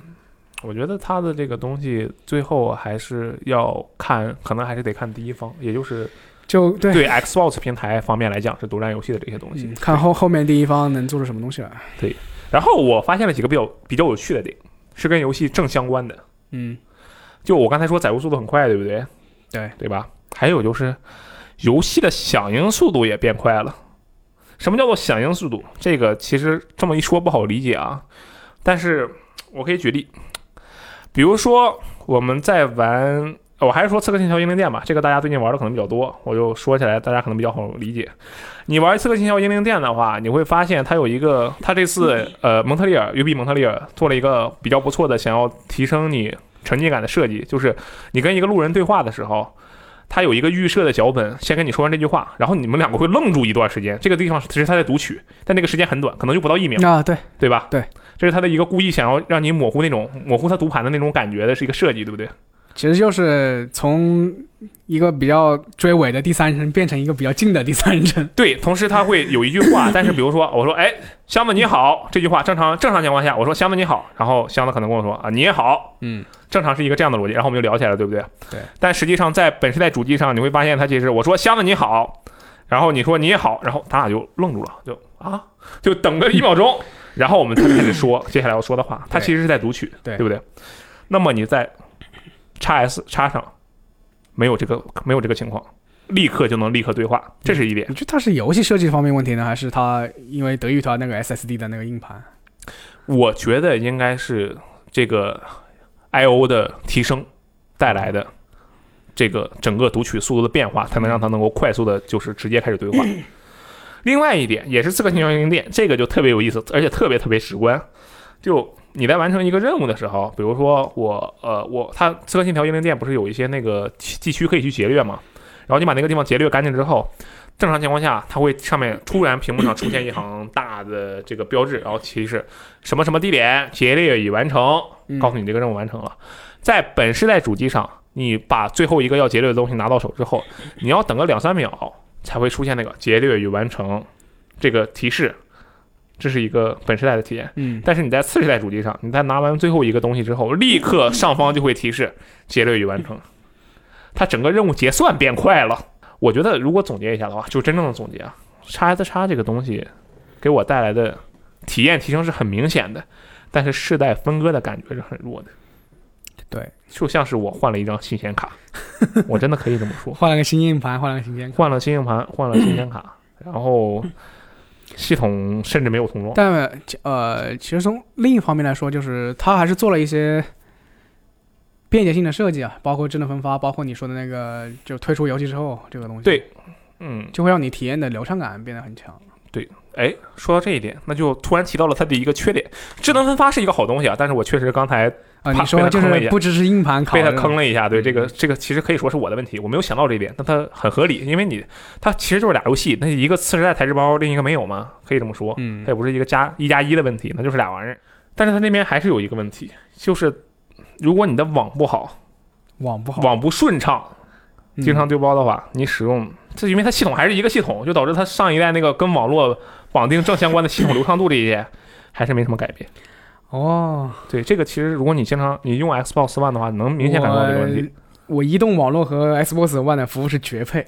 S3: 我觉得它的这个东西最后还是要看，可能还是得看第一方，也就是
S4: 就对，
S3: 对 Xbox 平台方面来讲是独占游戏的这些东西
S4: 嗯。看后后面第一方能做出什么东西来。
S3: 然后我发现了几个比较比较有趣的点，是跟游戏正相关的。
S4: 嗯，
S3: 就我刚才说载入速度很快，对不对？
S4: 对，
S3: 对吧？还有就是，游戏的响应速度也变快了。什么叫做响应速度？这个其实这么一说不好理解啊。但是我可以举例，比如说我们在玩，哦我还是说《刺客信条：英灵殿》吧，这个大家最近玩的可能比较多，我就说起来大家可能比较好理解。你玩《刺客信条：英灵殿》的话，你会发现它有一个，它这次呃蒙特利尔 UB 蒙特利尔做了一个比较不错的，想要提升你沉浸感的设计，就是你跟一个路人对话的时候。他有一个预设的脚本，先跟你说完这句话，然后你们两个会愣住一段时间。这个地方其实他在读取，但那个时间很短，可能就不到一秒。
S4: 啊对，
S3: 对吧？
S4: 对，
S3: 这是他的一个故意想要让你模糊那种模糊他读盘的那种感觉的，是一个设计，对不对？
S4: 其实就是从一个比较追尾的第三人称变成一个比较近的第三人称。
S3: 对，同时他会有一句 话，但是比如说我说哎，箱子你好，这句话正常正常情况下我说箱子你好，然后箱子可能跟我说啊你也好，
S4: 嗯，
S3: 正常是一个这样的逻辑，然后我们就聊起来了，对不对？
S4: 对。
S3: 但实际上在本世代主机上，你会发现它其实我说箱子你好，然后你说你也好，然后咱俩就愣住了，就啊，就等个一秒钟，然后我们才开始说接下来要说的话，它
S4: 对
S3: 其实是在读取，
S4: 对
S3: 不对？那么你在 x S 插上没有这个没有这个情况，立刻就能立刻对话，这是一点。
S4: 你觉得它是游戏设计方面问题呢，还是它因为德育它那个 SSD 的那个硬盘？
S3: 我觉得应该是这个 I O 的提升带来的这个整个读取速度的变化，才能让它能够快速的，就是直接开始对话。另外一点也是刺客信条：英灵殿，这个就特别有意思，而且特别特别直观。就你在完成一个任务的时候，比如说我呃我它刺客信条：英灵殿不是有一些那个地区可以去劫掠吗？然后你把那个地方劫掠干净之后，正常情况下，它会上面突然屏幕上出现一行大的这个标志，然后提示什么什么地点劫掠已完成，
S4: 嗯
S3: 告诉你这个任务完成了。在本世代主机上，你把最后一个要劫掠的东西拿到手之后，你要等个两三秒才会出现那个劫掠已完成这个提示，这是一个本世代的体验。
S4: 嗯，
S3: 但是你在次世代主机上，你在拿完最后一个东西之后，立刻上方就会提示劫掠已完成，它整个任务结算变快了。我觉得如果总结一下的话，就真正的总结啊，x S 叉这个东西给我带来的体验提升是很明显的，但是世代分割的感觉是很弱的，
S4: 对，
S3: 就像是我换了一张新显卡，我真的可以这么说，
S4: 换了个新硬盘，换了个新监控。
S3: 换了新硬盘，换了新显卡，然后系统甚至没有重装。
S4: 但呃，其实从另一方面来说，就是它还是做了一些便捷性的设计啊，包括智能分发，包括你说的那个，就推出游戏之后这个东西，
S3: 对，嗯，
S4: 就会让你体验的流畅感变得很强。
S3: 对，哎，说到这一点，那就突然提到了它的一个缺点，智能分发是一个好东西啊，但是我确实刚才怕
S4: 啊，你说
S3: 被他
S4: 就
S3: 坑了一
S4: 是
S3: 下
S4: 不支持硬盘卡，
S3: 被他坑了一下，对这个
S4: 嗯
S3: 这个其实可以说是我的问题，我没有想到这一点，但它很合理，因为你它其实就是俩游戏，那一个次时代台式包，另一个没有嘛，可以这么说，
S4: 嗯
S3: 它也不是一个加一加一的问题，那就是俩玩意儿。但是它那边还是有一个问题，就是如果你的网不好，
S4: 网不好，
S3: 网不顺畅，
S4: 嗯
S3: 经常丢包的话，你使用这因为它系统还是一个系统，就导致它上一代那个跟网络绑定正相关的系统流畅度这一些还是没什么改变。
S4: 哦，
S3: 对这个，其实如果你经常你用 Xbox One 的话，能明显感受到这个问题。
S4: 我。我移动网络和 Xbox One 的服务是绝配，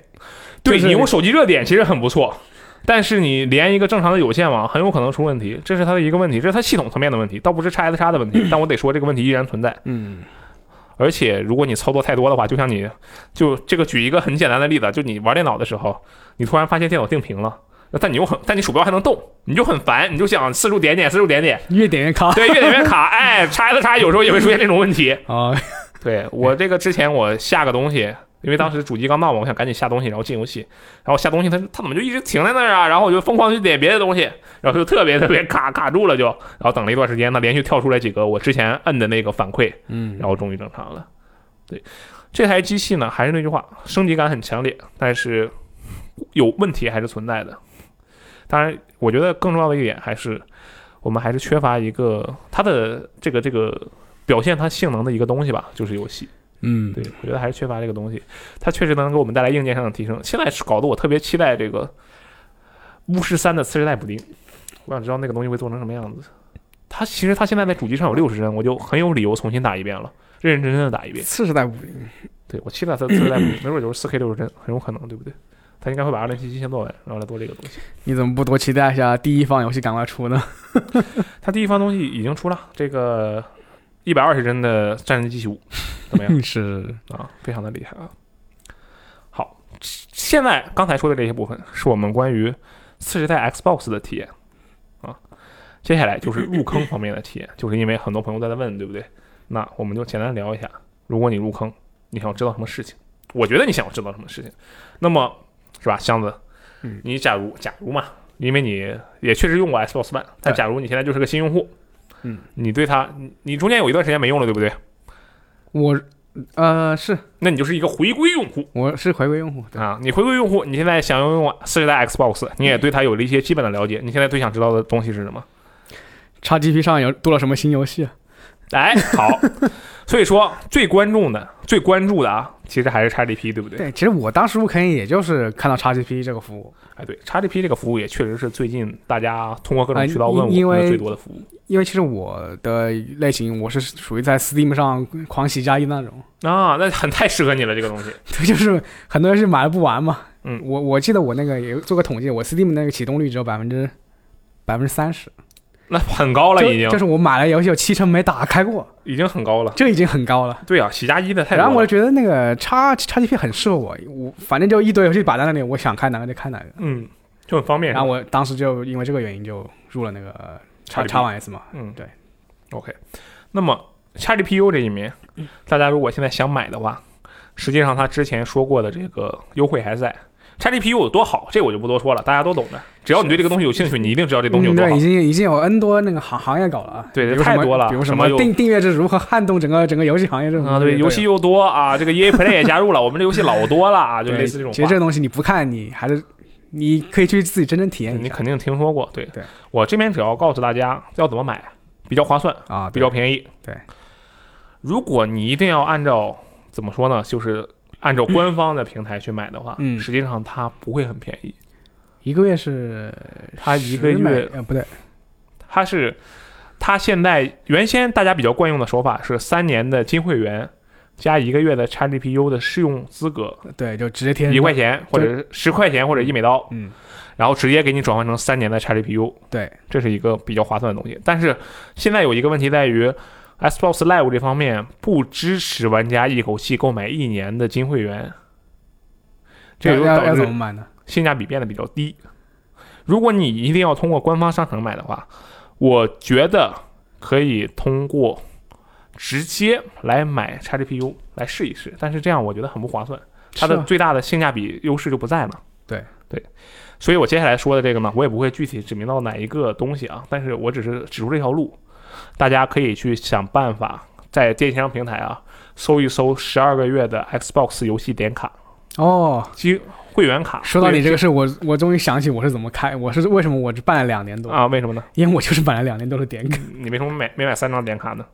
S3: 对
S4: 就是
S3: 你用手机热点其实很不错，但是你连一个正常的有线网很有可能出问题，这是它的一个问题，这是它系统层面的问题，倒不是 x S 叉的问题。但我得说这个问题依然存在。
S4: 嗯，
S3: 而且如果你操作太多的话，就像你就这个举一个很简单的例子，就你玩电脑的时候，你突然发现电脑定屏了，但你又很但你鼠标还能动，你就很烦，你就想四处点点四处点点，
S4: 越点 越卡
S3: 对，越点越卡，哎，叉 S 叉有时候也会出现这种问题。
S4: 啊，
S3: 对我这个之前我下个东西。因为当时主机刚到嘛，我想赶紧下东西，然后进游戏，然后下东西它它怎么就一直停在那儿啊？然后我就疯狂去点别的东西，然后就特别特别卡卡住了就，然后等了一段时间，它连续跳出来几个我之前摁的那个反馈，
S4: 嗯
S3: 然后终于正常了。对，这台机器呢，还是那句话，升级感很强烈，但是有问题还是存在的。当然，我觉得更重要的一点还是，我们还是缺乏一个它的这个这个表现它性能的一个东西吧，就是游戏。
S4: 嗯，
S3: 对，我觉得还是缺乏这个东西，它确实能给我们带来硬件上的提升。现在是搞得我特别期待这个巫师三的次世代补丁，我想知道那个东西会做成什么样子。它其实它现在在主机上有六十帧，我就很有理由重新打一遍了，认认真真的打一遍。
S4: 次世代五零，
S3: 对我期待它次世代补丁，没准就是四 K 六十帧，很有可能，对不对？它应该会把二零七七先做完，然后来做这个东西。
S4: 你怎么不多期待一下第一方游戏赶快出 呢？
S3: 它第一方东西已经出了，这个一百二十帧的《战神机器五》怎么样？
S4: 是，
S3: 啊，非常的厉害啊。好，现在刚才说的这些部分是我们关于次时代 Xbox 的体验啊，接下来就是入坑方面的体验，就是因为很多朋友在问，对不对？那我们就简单聊一下，如果你入坑，你想知道什么事情？我觉得你想要知道什么事情，那么是吧，箱子
S4: 嗯，
S3: 你假如假如嘛，因为你也确实用过 Xbox One，但
S4: 对
S3: 假如你现在就是个新用户，
S4: 嗯，
S3: 你对它，你你中间有一段时间没用了，对不对？
S4: 我呃是
S3: 那你就是一个回归用户，
S4: 我是回归用户，对，
S3: 啊，你回归用户，你现在想拥有四十代 Xbox，你也对它有了一些基本的了解。你现在最想知道的东西是什么？
S4: x GP 上有多了什么新游戏啊？
S3: 哎， 好，所以说最关注的、最关注的啊，其实还是 XGP，对不对？
S4: 对，其实我当时入坑也就是看到 x GP 这个服务，
S3: 哎，对，XGP 这个服务也确实是最近大家通过各种
S4: 哎
S3: 渠道问我
S4: 因因为
S3: 的最多的服务。
S4: 因为其实我的类型我是属于在 Steam 上狂喜加一那种，
S3: 啊，那很太适合你了，这个东西。
S4: 对，就是很多人是买了不玩嘛。
S3: 嗯
S4: 我我记得我那个也做个统计，我 Steam 那个启动率只有百分之百分之三十，
S3: 那很高了，
S4: 就
S3: 已经
S4: 就是我买了游戏有七成没打开过，
S3: 已经很高了。
S4: 这已经很高了。
S3: 对啊，喜加一的太
S4: 然后
S3: 多
S4: 我
S3: 了。
S4: 就觉得那个叉叉 GP 很适合我，我反正就一堆游戏摆在那里，我想看哪个就看哪个。
S3: 嗯，就很方便。
S4: 然后我当时就因为这个原因就入了那个叉
S3: XGP
S4: 叉 One S 嘛，
S3: 嗯，
S4: 对。
S3: OK，那么 XGPU 这一面，
S4: 嗯
S3: 大家如果现在想买的话，实际上他之前说过的这个优惠还在。XGPU 有多好，这我就不多说了，大家都懂的。只要你对这个东西有兴趣，你一定知道这东西有
S4: 嗯
S3: 多
S4: 对，
S3: 好
S4: 已。经已经有 N 多那个行行业搞了啊，
S3: 对
S4: 比如什么
S3: 太多了
S4: 比如
S3: 什
S4: 什
S3: 么
S4: 么
S3: 有
S4: 订订阅制如何撼动整个整个游戏行业这种
S3: 啊，
S4: 东
S3: 对，
S4: 西都
S3: 游戏
S4: 有
S3: 又多啊，这个 EA Play 也加入了，我们这游戏老多了啊，就
S4: 对
S3: 类似这种
S4: 其实
S3: 话
S4: 这。个东西你不看，你还是你可以去自己真正体验一
S3: 你
S4: 下
S3: 肯定听说过，对
S4: 对
S3: 我这边只要告诉大家要怎么买，比较划算，
S4: 啊，
S3: 比
S4: 对
S3: 较便宜。
S4: 对，
S3: 如果你一定要按照怎么说呢，就是按照官方的平台去买的话，
S4: 嗯
S3: 实际上它不会很便宜，
S4: 一个月是
S3: 它一个
S4: 10美
S3: 月
S4: 呃不对，
S3: 它是它现在原先大家比较惯用的手法是三年的金会员。加一个月的 XGPU 的试用资格，
S4: 对，就直接贴
S3: 一块，钱或者是十块钱或者一美刀，
S4: 嗯，
S3: 然后直接给你转换成三年的 XGPU，
S4: 对，
S3: 这是一个比较划算的东西。但是现在有一个问题在于，Xbox Live 这方面不支持玩家一口气购买一年的金会员，这
S4: 要
S3: 就
S4: 要
S3: 导
S4: 要
S3: 致
S4: 怎么买呢？
S3: 性价比变得比较低。如果你一定要通过官方商城买的话，我觉得可以通过直接来买 XGPU 来试一试，但是这样我觉得很不划算，它
S4: 是
S3: 的
S4: 啊
S3: 最大的性价比优势就不在了。
S4: 对
S3: 对，所以我接下来说的这个呢，我也不会具体指明到哪一个东西啊，但是我只是指出这条路，大家可以去想办法在电商平台啊搜一搜十二个月的 Xbox 游戏点卡，
S4: 哦，
S3: 机会员卡。
S4: 说到
S3: 会
S4: 你
S3: 员
S4: 这个事，我我终于想起我是怎么开，我是为什么我只办了两年多，
S3: 啊，为什么呢？
S4: 因为我就是办了两年多的点 卡，
S3: 你为什么买没买三张点卡呢？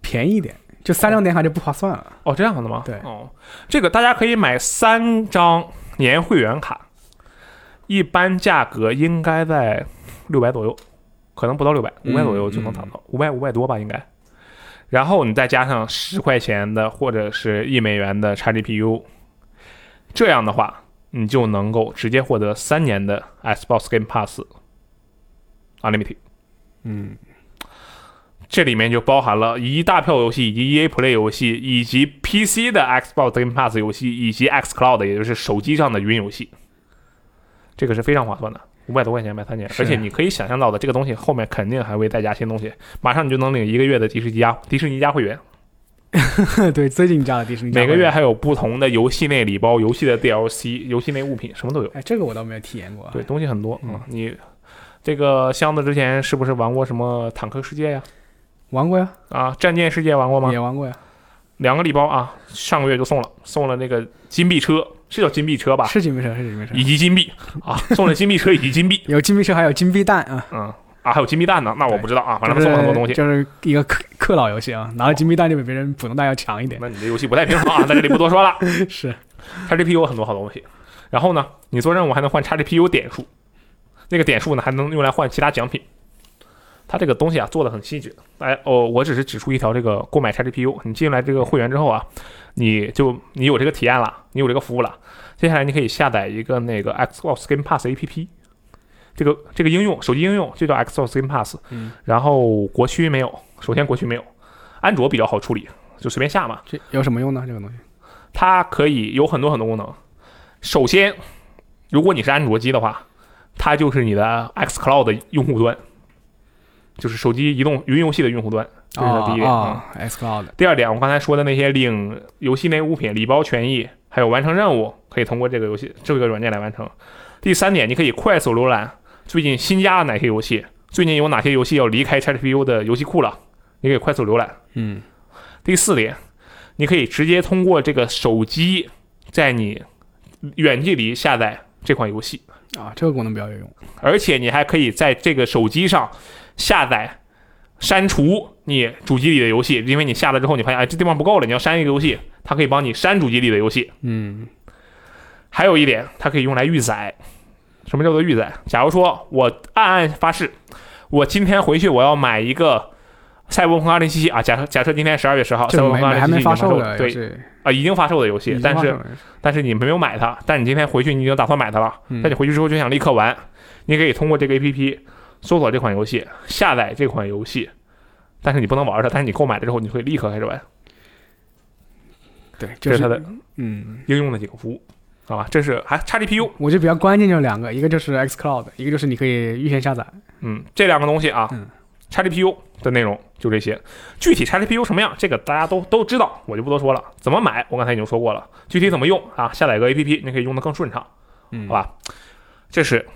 S4: 便宜一点，就三张点卡就不划算了。
S3: 哦，这样的吗？
S4: 对
S3: 哦，这个大家可以买三张年会员卡，一般价格应该在六百左右，可能不到六百，五百
S5: 嗯
S3: 左右就能达到，五百五百多吧应该。然后你再加上十块钱的或者是一美元的 XGPU，这样的话你就能够直接获得三年的 Xbox Game Pass Unlimited。
S4: 嗯，
S3: 这里面就包含了一大票游戏，以及 EA Play 游戏，以及 PC 的 Xbox Game Pass 游戏，以及 X Cloud，也就是手机上的云游戏。这个是非常划算的，五百多块钱买三年，
S4: 是
S3: 而且你可以想象到的，这个东西后面肯定还会再加新东西。马上你就能领一个月的迪士尼家迪士尼家会员，
S4: 对，最近加了迪士尼，
S3: 每个月，还有不同的游戏内礼包、游戏的 DLC、游戏内物品，什么都有。
S4: 哎，这个我倒没有体验过。
S3: 嗯对，，东西很多啊、嗯你这个箱子之前是不是玩过什么坦克世界呀？
S4: 玩过呀，
S3: 啊，战舰世界玩过吗
S4: 也？玩过呀，
S3: 两个礼包啊，上个月就送了，送了那个金币车，是叫金币车吧？
S4: 是金币车，是金币车，
S3: 以及金币啊，送了金币车以及金币，
S4: 有金币车，还有金币蛋啊。
S3: 嗯啊，还有金币蛋呢，那我不知道啊，反正他们送了很多东西。哦
S4: 就是就是一个氪氪老游戏啊，拿到金币蛋就比别人普通蛋要强一点。
S3: 那你这游戏不太平衡啊，在这里不多说了。
S4: 是，
S3: XGPU 有很多好东西，然后呢，你做任务还能换 XGPU 点数，那个点数呢还能用来换其他奖品。它这个东西啊做的很细致，哎哦，我只是指出一条这个购买 XGPU，你进来这个会员之后啊，你就你有这个体验了，你有这个服务了，接下来你可以下载一个那个 Xbox Game Pass APP。这个这个应用，手机应用就叫 Xbox Game Pass，、
S5: 嗯、
S3: 然后国区没有，首先国区没有，安卓比较好处理，就随便下嘛。
S4: 这有什么用呢？这个东西
S3: 它可以有很多很多功能。首先，如果你是安卓机的话，它就是你的 X Cloud 的用户端，就是手机移动云游戏的用户端，这是它第一点。嗯
S4: 啊，X Cloud
S3: 第二点，我刚才说的那些领游戏内物品、礼包权益，还有完成任务，可以通过这个游戏这个软件来完成。第三点，你可以快速浏览最近新加了哪些游戏，最近有哪些游戏要离开 XGPU 的游戏库了，你可以快速浏览。
S5: 嗯，
S3: 第四点，你可以直接通过这个手机，在你远距离下载这款游戏，
S4: 啊，这个功能比较有用。
S3: 而且你还可以在这个手机上下载、删除你主机里的游戏，因为你下了之后，你发现哎这地方不够了，你要删一个游戏，它可以帮你删主机里的游戏。
S4: 嗯，
S3: 还有一点，它可以用来预载。什么叫做预载？假如说我暗暗发誓，我今天回去我要买一个《赛博朋克2077》啊，假设假设今天十二月十号，《
S4: 这
S3: 赛博
S4: 没
S3: 朋克2077》
S4: 还没
S3: 已经
S4: 发
S3: 发
S4: 售
S3: 了
S4: 的，
S3: 对，
S4: 是
S3: 啊，已经发售的游戏，但是但是你没有买它，但你今天回去你已经打算买它了，
S5: 嗯
S3: 但你回去之后就想立刻玩，你可以通过这个 APP 搜索这款游戏，下载这款游戏，但是你不能玩它，但是你购买了之后，你会立刻开始玩，
S4: 对，
S3: 这
S4: 就是
S3: 它的
S4: 嗯，
S3: 应用的几个服务，好吧？这是还差 GPU，
S4: 我觉得比较关键就是两个，一个就是 X Cloud，一个就是你可以预先下载。
S3: 嗯，这两个东西啊
S4: 嗯
S3: 差 GPU 的内容就这些，具体差 GPU 什么样，这个大家都都知道，我就不多说了。怎么买，我刚才已经说过了，具体怎么用啊，下载个 APP，你可以用的更顺畅。
S5: 嗯
S3: 好吧，这是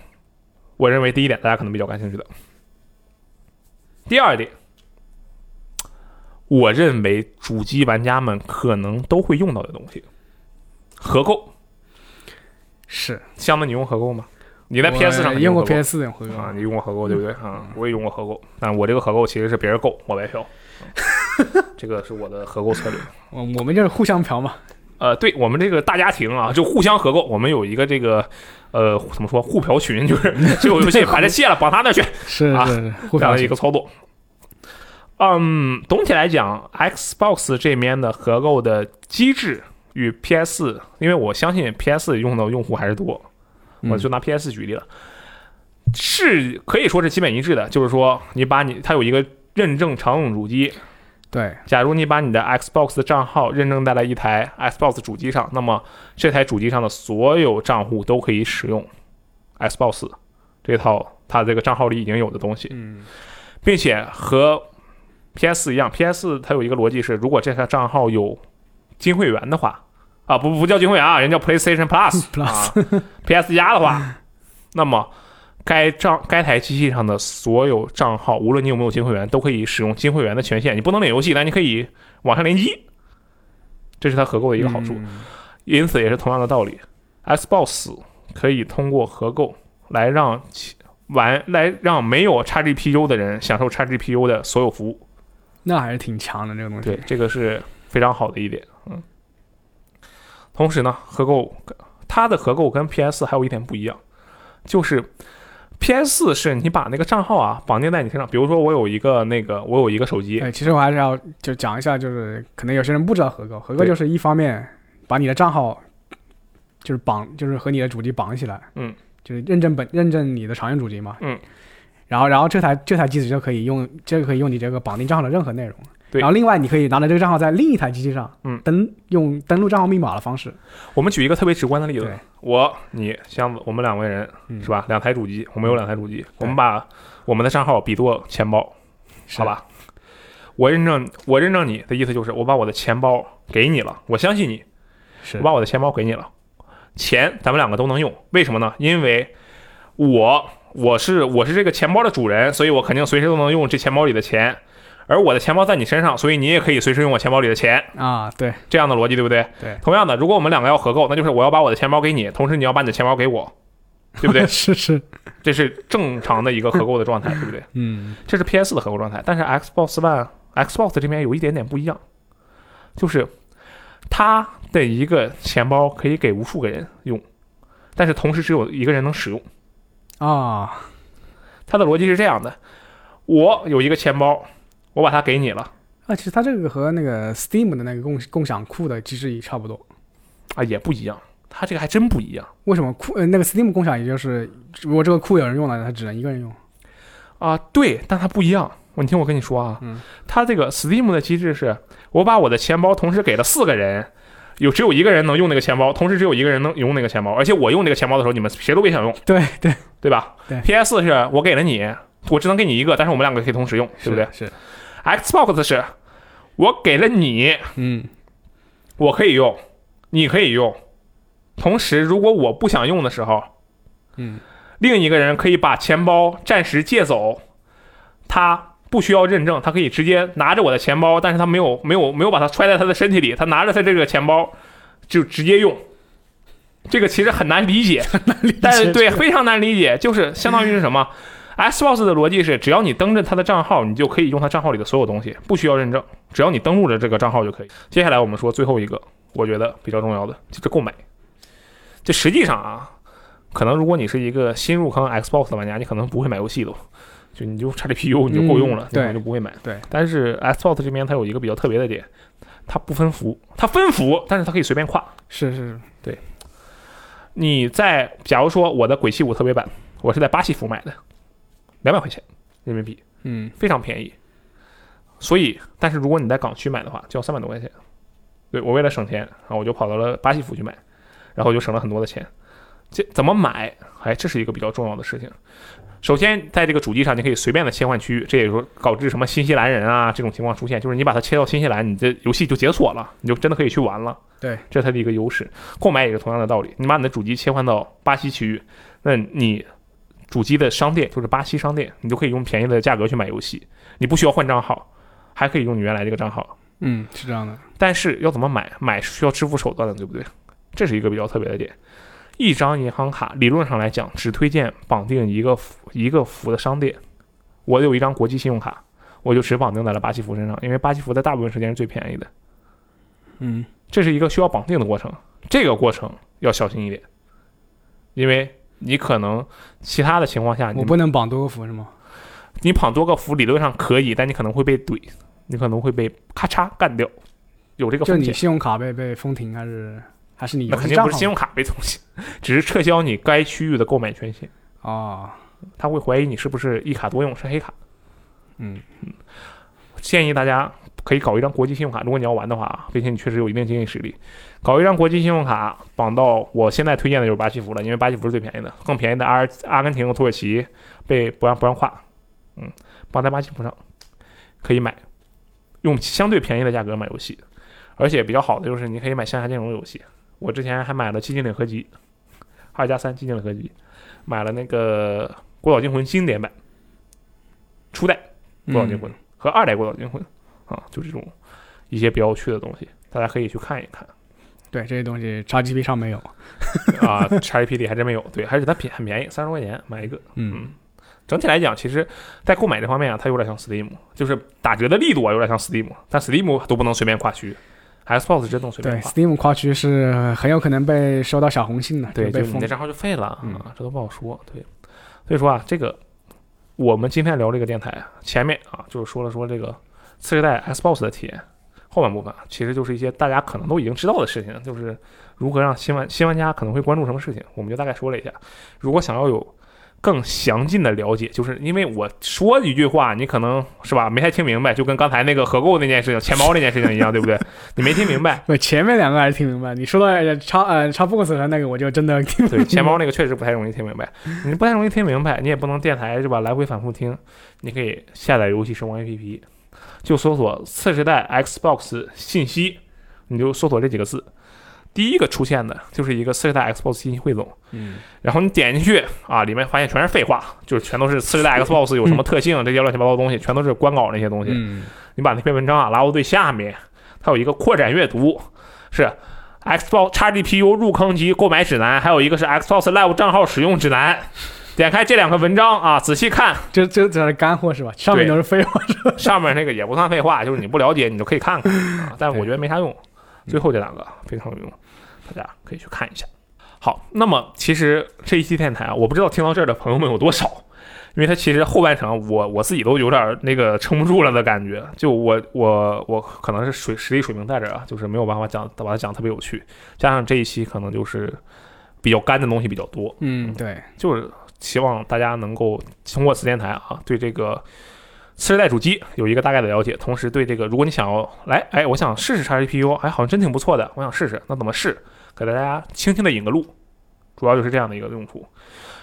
S3: 我认为第一点，大家可能比较感兴趣的。第二点，我认为主机玩家们可能都会用到的东西，合购。
S4: 是，
S3: 箱子，你用合购吗？你在
S4: 我
S3: PS 上肯定
S4: 用过
S3: 合购
S4: PS 用过
S3: 啊，你用过合购对不对？啊，我也用过合购，但我这个合购其实是别人购，我白嫖。啊这个是我的合购策略。
S4: 我我们就是互相 嫖嘛。
S3: 呃，对我们这个大家庭啊，就互相合购。我们有一个这个，呃，怎么说互嫖群，就是 这个游戏把这卸了，绑他那去，
S4: 是
S3: 啊
S4: 是，是互
S3: 这样
S4: 嫖
S3: 的一个操作。嗯，总体来讲，Xbox 这边的合购的机制与 PS，因为我相信 PS 用的用户还是多，我就拿 PS 举例了，是可以说是基本一致的，就是说你把你它有一个认证常用主机，
S4: 对
S3: 假如你把你的 Xbox 的账号认证在了一台 Xbox 主机上，那么这台主机上的所有账户都可以使用 Xbox 这套它这个账号里已经有的东西，
S5: 嗯
S3: 并且和 PS 一样，PS 它有一个逻辑是，如果这台账号有金会员的话，啊，不不叫金会员啊，人叫 PlayStation Plus
S4: Plus
S3: 啊 PS 加的话，那么该账该台机器上的所有账号，无论你有没有金会员，都可以使用金会员的权限。你不能领游戏，但你可以网上联机，这是它合购的一个好处。因此也是同样的道理，Xbox 可以通过合购来让其玩来让没有 XGPU 的人享受 XGPU 的所有服务。
S4: 那还是挺强的这个东西。
S3: 对，这个是非常好的一点。嗯，同时呢，合购它的合购跟 PS 还有一点不一样，就是 PS 是你把那个账号啊绑定在你身上，比如说我有一个那个我有一个手机，
S4: 对，其实我还是要就讲一下，就是可能有些人不知道合购，合购
S3: 对
S4: 就是一方面把你的账号就是绑，就是和你的主机绑起来，
S3: 嗯，
S4: 就是认证本认证你的常用主机嘛，
S3: 嗯，
S4: 然后然后这台这台机子就可以用，这个可以用你这个绑定账号的任何内容。
S3: 对
S4: 然后另外你可以拿着这个账号在另一台机器上，
S3: 嗯
S4: 登用登录账号密码的方式，
S3: 我们举一个特别直观的例子
S4: 对，
S3: 我、你、箱子，我们两个人、
S4: 嗯
S3: 是吧？两台主机，我们有两台主机，我们把我们的账号比作钱包，
S4: 是
S3: 好？吧？我认证，我认证你的意思就是，我把我的钱包给你了，我相信你，
S4: 是
S3: 我把我的钱包给你了，钱咱们两个都能用，为什么呢？因为我我是我是这个钱包的主人，所以我肯定随时都能用这钱包里的钱，而我的钱包在你身上，所以你也可以随时用我钱包里的钱。
S4: 啊，对，
S3: 这样的逻辑对不对？
S4: 对
S3: 同样的，如果我们两个要合购，那就是我要把我的钱包给你，同时你要把你的钱包给我，对不对？
S4: 是是，
S3: 这是正常的一个合购的状态，对不对？
S4: 嗯，
S3: 这是 PS 的合购状态，但是 Xbox One、Xbox 这边有一点点不一样，就是它的一个钱包可以给无数个人用，但是同时只有一个人能使用。
S4: 啊，
S3: 它的逻辑是这样的：我有一个钱包，我把它给你了
S4: 啊，其实它这个和那个 Steam 的那个共共享库的机制也差不多。
S3: 啊，也不一样，它这个还真不一样。
S4: 为什么库呃那个 Steam 共享，也就是如果这个库有人用了，它只能一个人用。
S3: 啊，对，但它不一样。我你听我跟你说啊，
S4: 嗯
S3: 它这个 Steam 的机制是，我把我的钱包同时给了四个人，有只有一个人能用那个钱包，同时只有一个人能用那个钱包，而且我用这个钱包的时候，你们谁都别想用，
S4: 对对，
S3: 对吧
S4: 对
S3: p s 是我给了你，我只能给你一个，但是我们两个可以同时用，对不对
S4: 是，
S3: ？Xbox 是我给了你，
S4: 嗯，
S3: 我可以用，你可以用，同时如果我不想用的时候，
S4: 嗯，
S3: 另一个人可以把钱包暂时借走，他不需要认证，他可以直接拿着我的钱包，但是他没有没有没有把它揣在他的身体里，他拿着他这个钱包就直接用。这个其实 很难理解，但是对非常难理解，就是相当于是什么？Xbox 的逻辑是，只要你登着他的账号，你就可以用他账号里的所有东西，不需要认证，只要你登录了这个账号就可以。接下来我们说最后一个，我觉得比较重要的就是购买。这实际上啊，可能如果你是一个新入坑 Xbox 的玩家，你可能不会买游戏都，就你就 XGPU 你就够用了，
S4: 嗯
S3: 你可能
S4: 对
S3: 就不会买。
S4: 对，
S3: 但是 Xbox 这边它有一个比较特别的点，它不分服，它分服，但是它可以随便跨。
S4: 是是
S3: 你在假如说我的鬼泣五特别版，我是在巴西服买的，两百块钱人民币，
S4: 嗯，
S3: 非常便宜。所以，但是如果你在港区买的话，就要三百多块钱。对我为了省钱，然后我就跑到了巴西服去买，然后就省了很多的钱。这怎么买？哎，这是一个比较重要的事情。首先，在这个主机上，你可以随便的切换区域，这也说导致什么新西兰人啊这种情况出现，就是你把它切到新西兰，你这游戏就解锁了，你就真的可以去玩了。
S4: 对，
S3: 这是它的一个优势。购买也是同样的道理，你把你的主机切换到巴西区域，那你主机的商店就是巴西商店，你就可以用便宜的价格去买游戏，你不需要换账号，还可以用你原来这个账号。
S4: 嗯，是这样的。
S3: 但是要怎么买？买是需要支付手段的，对不对？这是一个比较特别的点。一张银行卡理论上来讲，只推荐绑定一个服一个服的商店。我有一张国际信用卡，我就只绑定在了巴西服身上，因为巴西服在大部分时间是最便宜的。
S4: 嗯，
S3: 这是一个需要绑定的过程，这个过程要小心一点，因为你可能其他的情况下，你
S4: 嗯我不能绑多个服是吗？
S3: 你绑多个服理论上可以，但你可能会被怼，你可能会被咔嚓干掉，有这个
S4: 就
S3: 风
S4: 你
S3: 险。
S4: 信用卡被被封停还是还是你
S3: 那
S4: 游
S3: 肯
S4: 戏
S3: 定
S4: 账
S3: 不是
S4: 号
S3: 信用卡被东西，只是撤销你该区域的购买权限，
S4: 哦，
S3: 他会怀疑你是不是一卡多用，是黑卡。
S4: 嗯，
S3: 建议大家可以搞一张国际信用卡，如果你要玩的话啊，并且你确实有一定经济实力，搞一张国际信用卡绑到我现在推荐的就是巴西服了，因为巴西服是最便宜的，更便宜的阿尔阿根廷和土耳其被不让不让跨，嗯，绑在巴西服上可以买，用相对便宜的价格买游戏，而且比较好的就是你可以买线下兼容游戏，我之前还买了《寂静岭合集》，二加三《寂静岭合集》，买了那个《孤岛惊魂》经典版，初代《孤岛惊魂》
S4: 嗯
S3: 和二代《孤岛惊魂》啊，就这种一些比较有趣的东西，大家可以去看一 看。
S4: 对这些东西，XGP 上没有。
S3: 啊，XGP 里还真没有，对，还是它便很便宜，三十块钱买一个。
S4: 嗯，
S3: 整体来讲，其实，在购买这方面啊，它有点像 Steam，就是打折的力度啊，有点像 Steam，但 Steam 都不能随便跨区，Xbox 真能随
S4: 对
S3: 便跨。
S4: ，Steam 跨区是很有可能被收到小红信的，
S3: 对，
S4: 就被
S3: 就你
S4: 封
S3: 那。账号就废了，
S4: 嗯
S3: 啊，这都不好说。对，所以说啊，这个我们今天聊这个电台啊，前面啊就是说了说这个次世代 Xbox 的体验，后半部分啊其实就是一些大家可能都已经知道的事情，就是如何让新玩新玩家可能会关注什么事情，我们就大概说了一下。如果想要有更详尽的了解，就是因为我说一句话，你可能是吧没太听明白，就跟刚才那个合购那件事情、钱包那件事情一样，对不对？你没听明白，
S4: 对，前面两个还是听明白，你说到叉呃叉 box 和那个，我就真的听
S3: 对，钱 包那个确实不太容易听明白，你不太容易听明白，你也不能电台是吧？来回反复听，你可以下载游戏时光 APP，就搜索次时代 Xbox 信息，你就搜索这几个字，第一个出现的就是一个次时代 Xbox 信息汇总，
S4: 嗯，
S3: 然后你点进去啊，里面发现全是废话，就是全都是次时代 Xbox 有什么特性、这些乱七八糟的东西，全都是官稿那些东西，
S4: 嗯，
S3: 你把那篇文章啊拉到最下面，它有一个扩展阅读，是 Xbox XGPU 入坑及购买指南，还有一个是 Xbox Live 账号使用指南。点开这两个文章啊，仔细看，
S4: 这这这是干货是吧？上面
S3: 对
S4: 都是废话。
S3: 上面那个也不算废话，就是你不了解你就可以看看啊，但是我
S4: 对
S3: 觉得没啥用。最后这两个非常有用，大家可以去看一下。好，那么其实这一期电台啊，我不知道听到这儿的朋友们有多少，因为它其实后半程我我自己都有点儿那个撑不住了的感觉，就我我 我可能是水实力水平在这儿啊，就是没有办法讲把它讲得特别有趣，加上这一期可能就是比较干的东西比较多，
S4: 嗯，对，
S3: 就是希望大家能够通过此电台啊，对这个次世代主机有一个大概的了解，同时对这个，如果你想要来，哎，我想试试 XGPU，哎，好像真挺不错的，我想试试，那怎么试？给大家轻轻的引个路，主要就是这样的一个用处。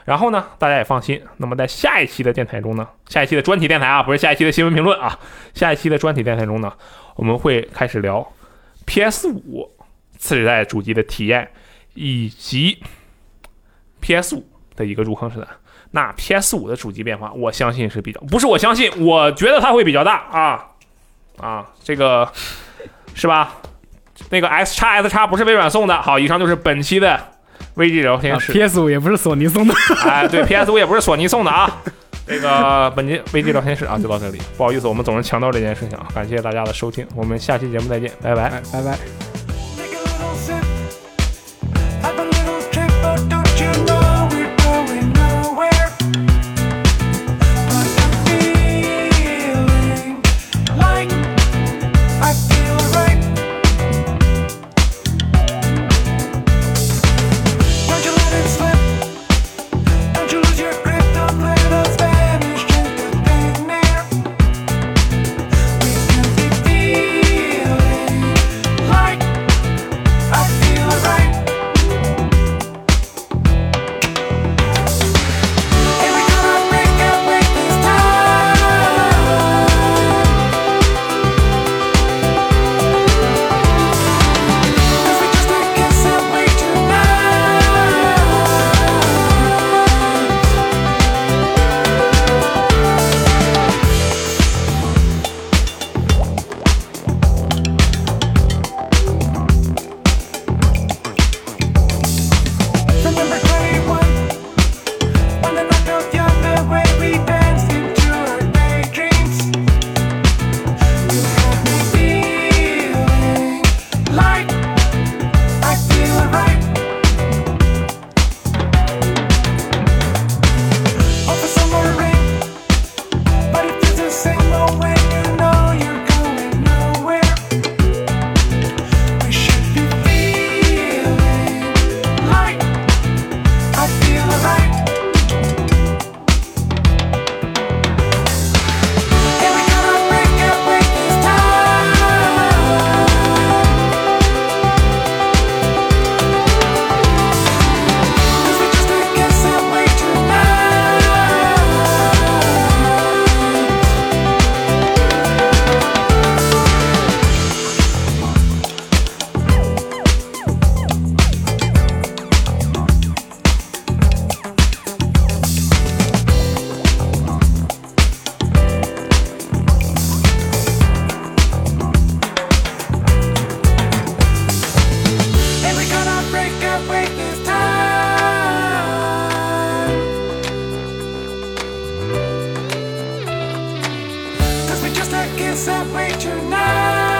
S3: 然后呢，大家也放心，那么在下一期的电台中呢，下一期的专题电台啊，不是下一期的新闻评论啊，下一期的专题电台中呢，我们会开始聊 PS 五次世代主机的体验，以及 PS 五的一个入坑时代。那 PS 五的主机变化，我相信是比较，不是我相信，我觉得它会比较大啊啊，这个是吧？那个 S 叉 S 叉不是微软送的。好，以上就是本期的 VG 聊
S4: 啊
S3: 天室。
S4: PS 五也不是索尼送的。
S3: 哎，对，PS 五也不是索尼送的啊。这个本期危机聊天室啊，就到这里。不好意思，我们总是强调这件事情啊。感谢大家的收听，我们下期节目再见，拜拜。
S4: 哎，拜拜。
S5: Take a little sip, have a little trip, but don't you know we're going nowhere? But I'm feeling like I feel alright. Don't you let it slip? Don't you lose your grip? Don't let us vanish into thin air. We can be feeling like. It's a way to now.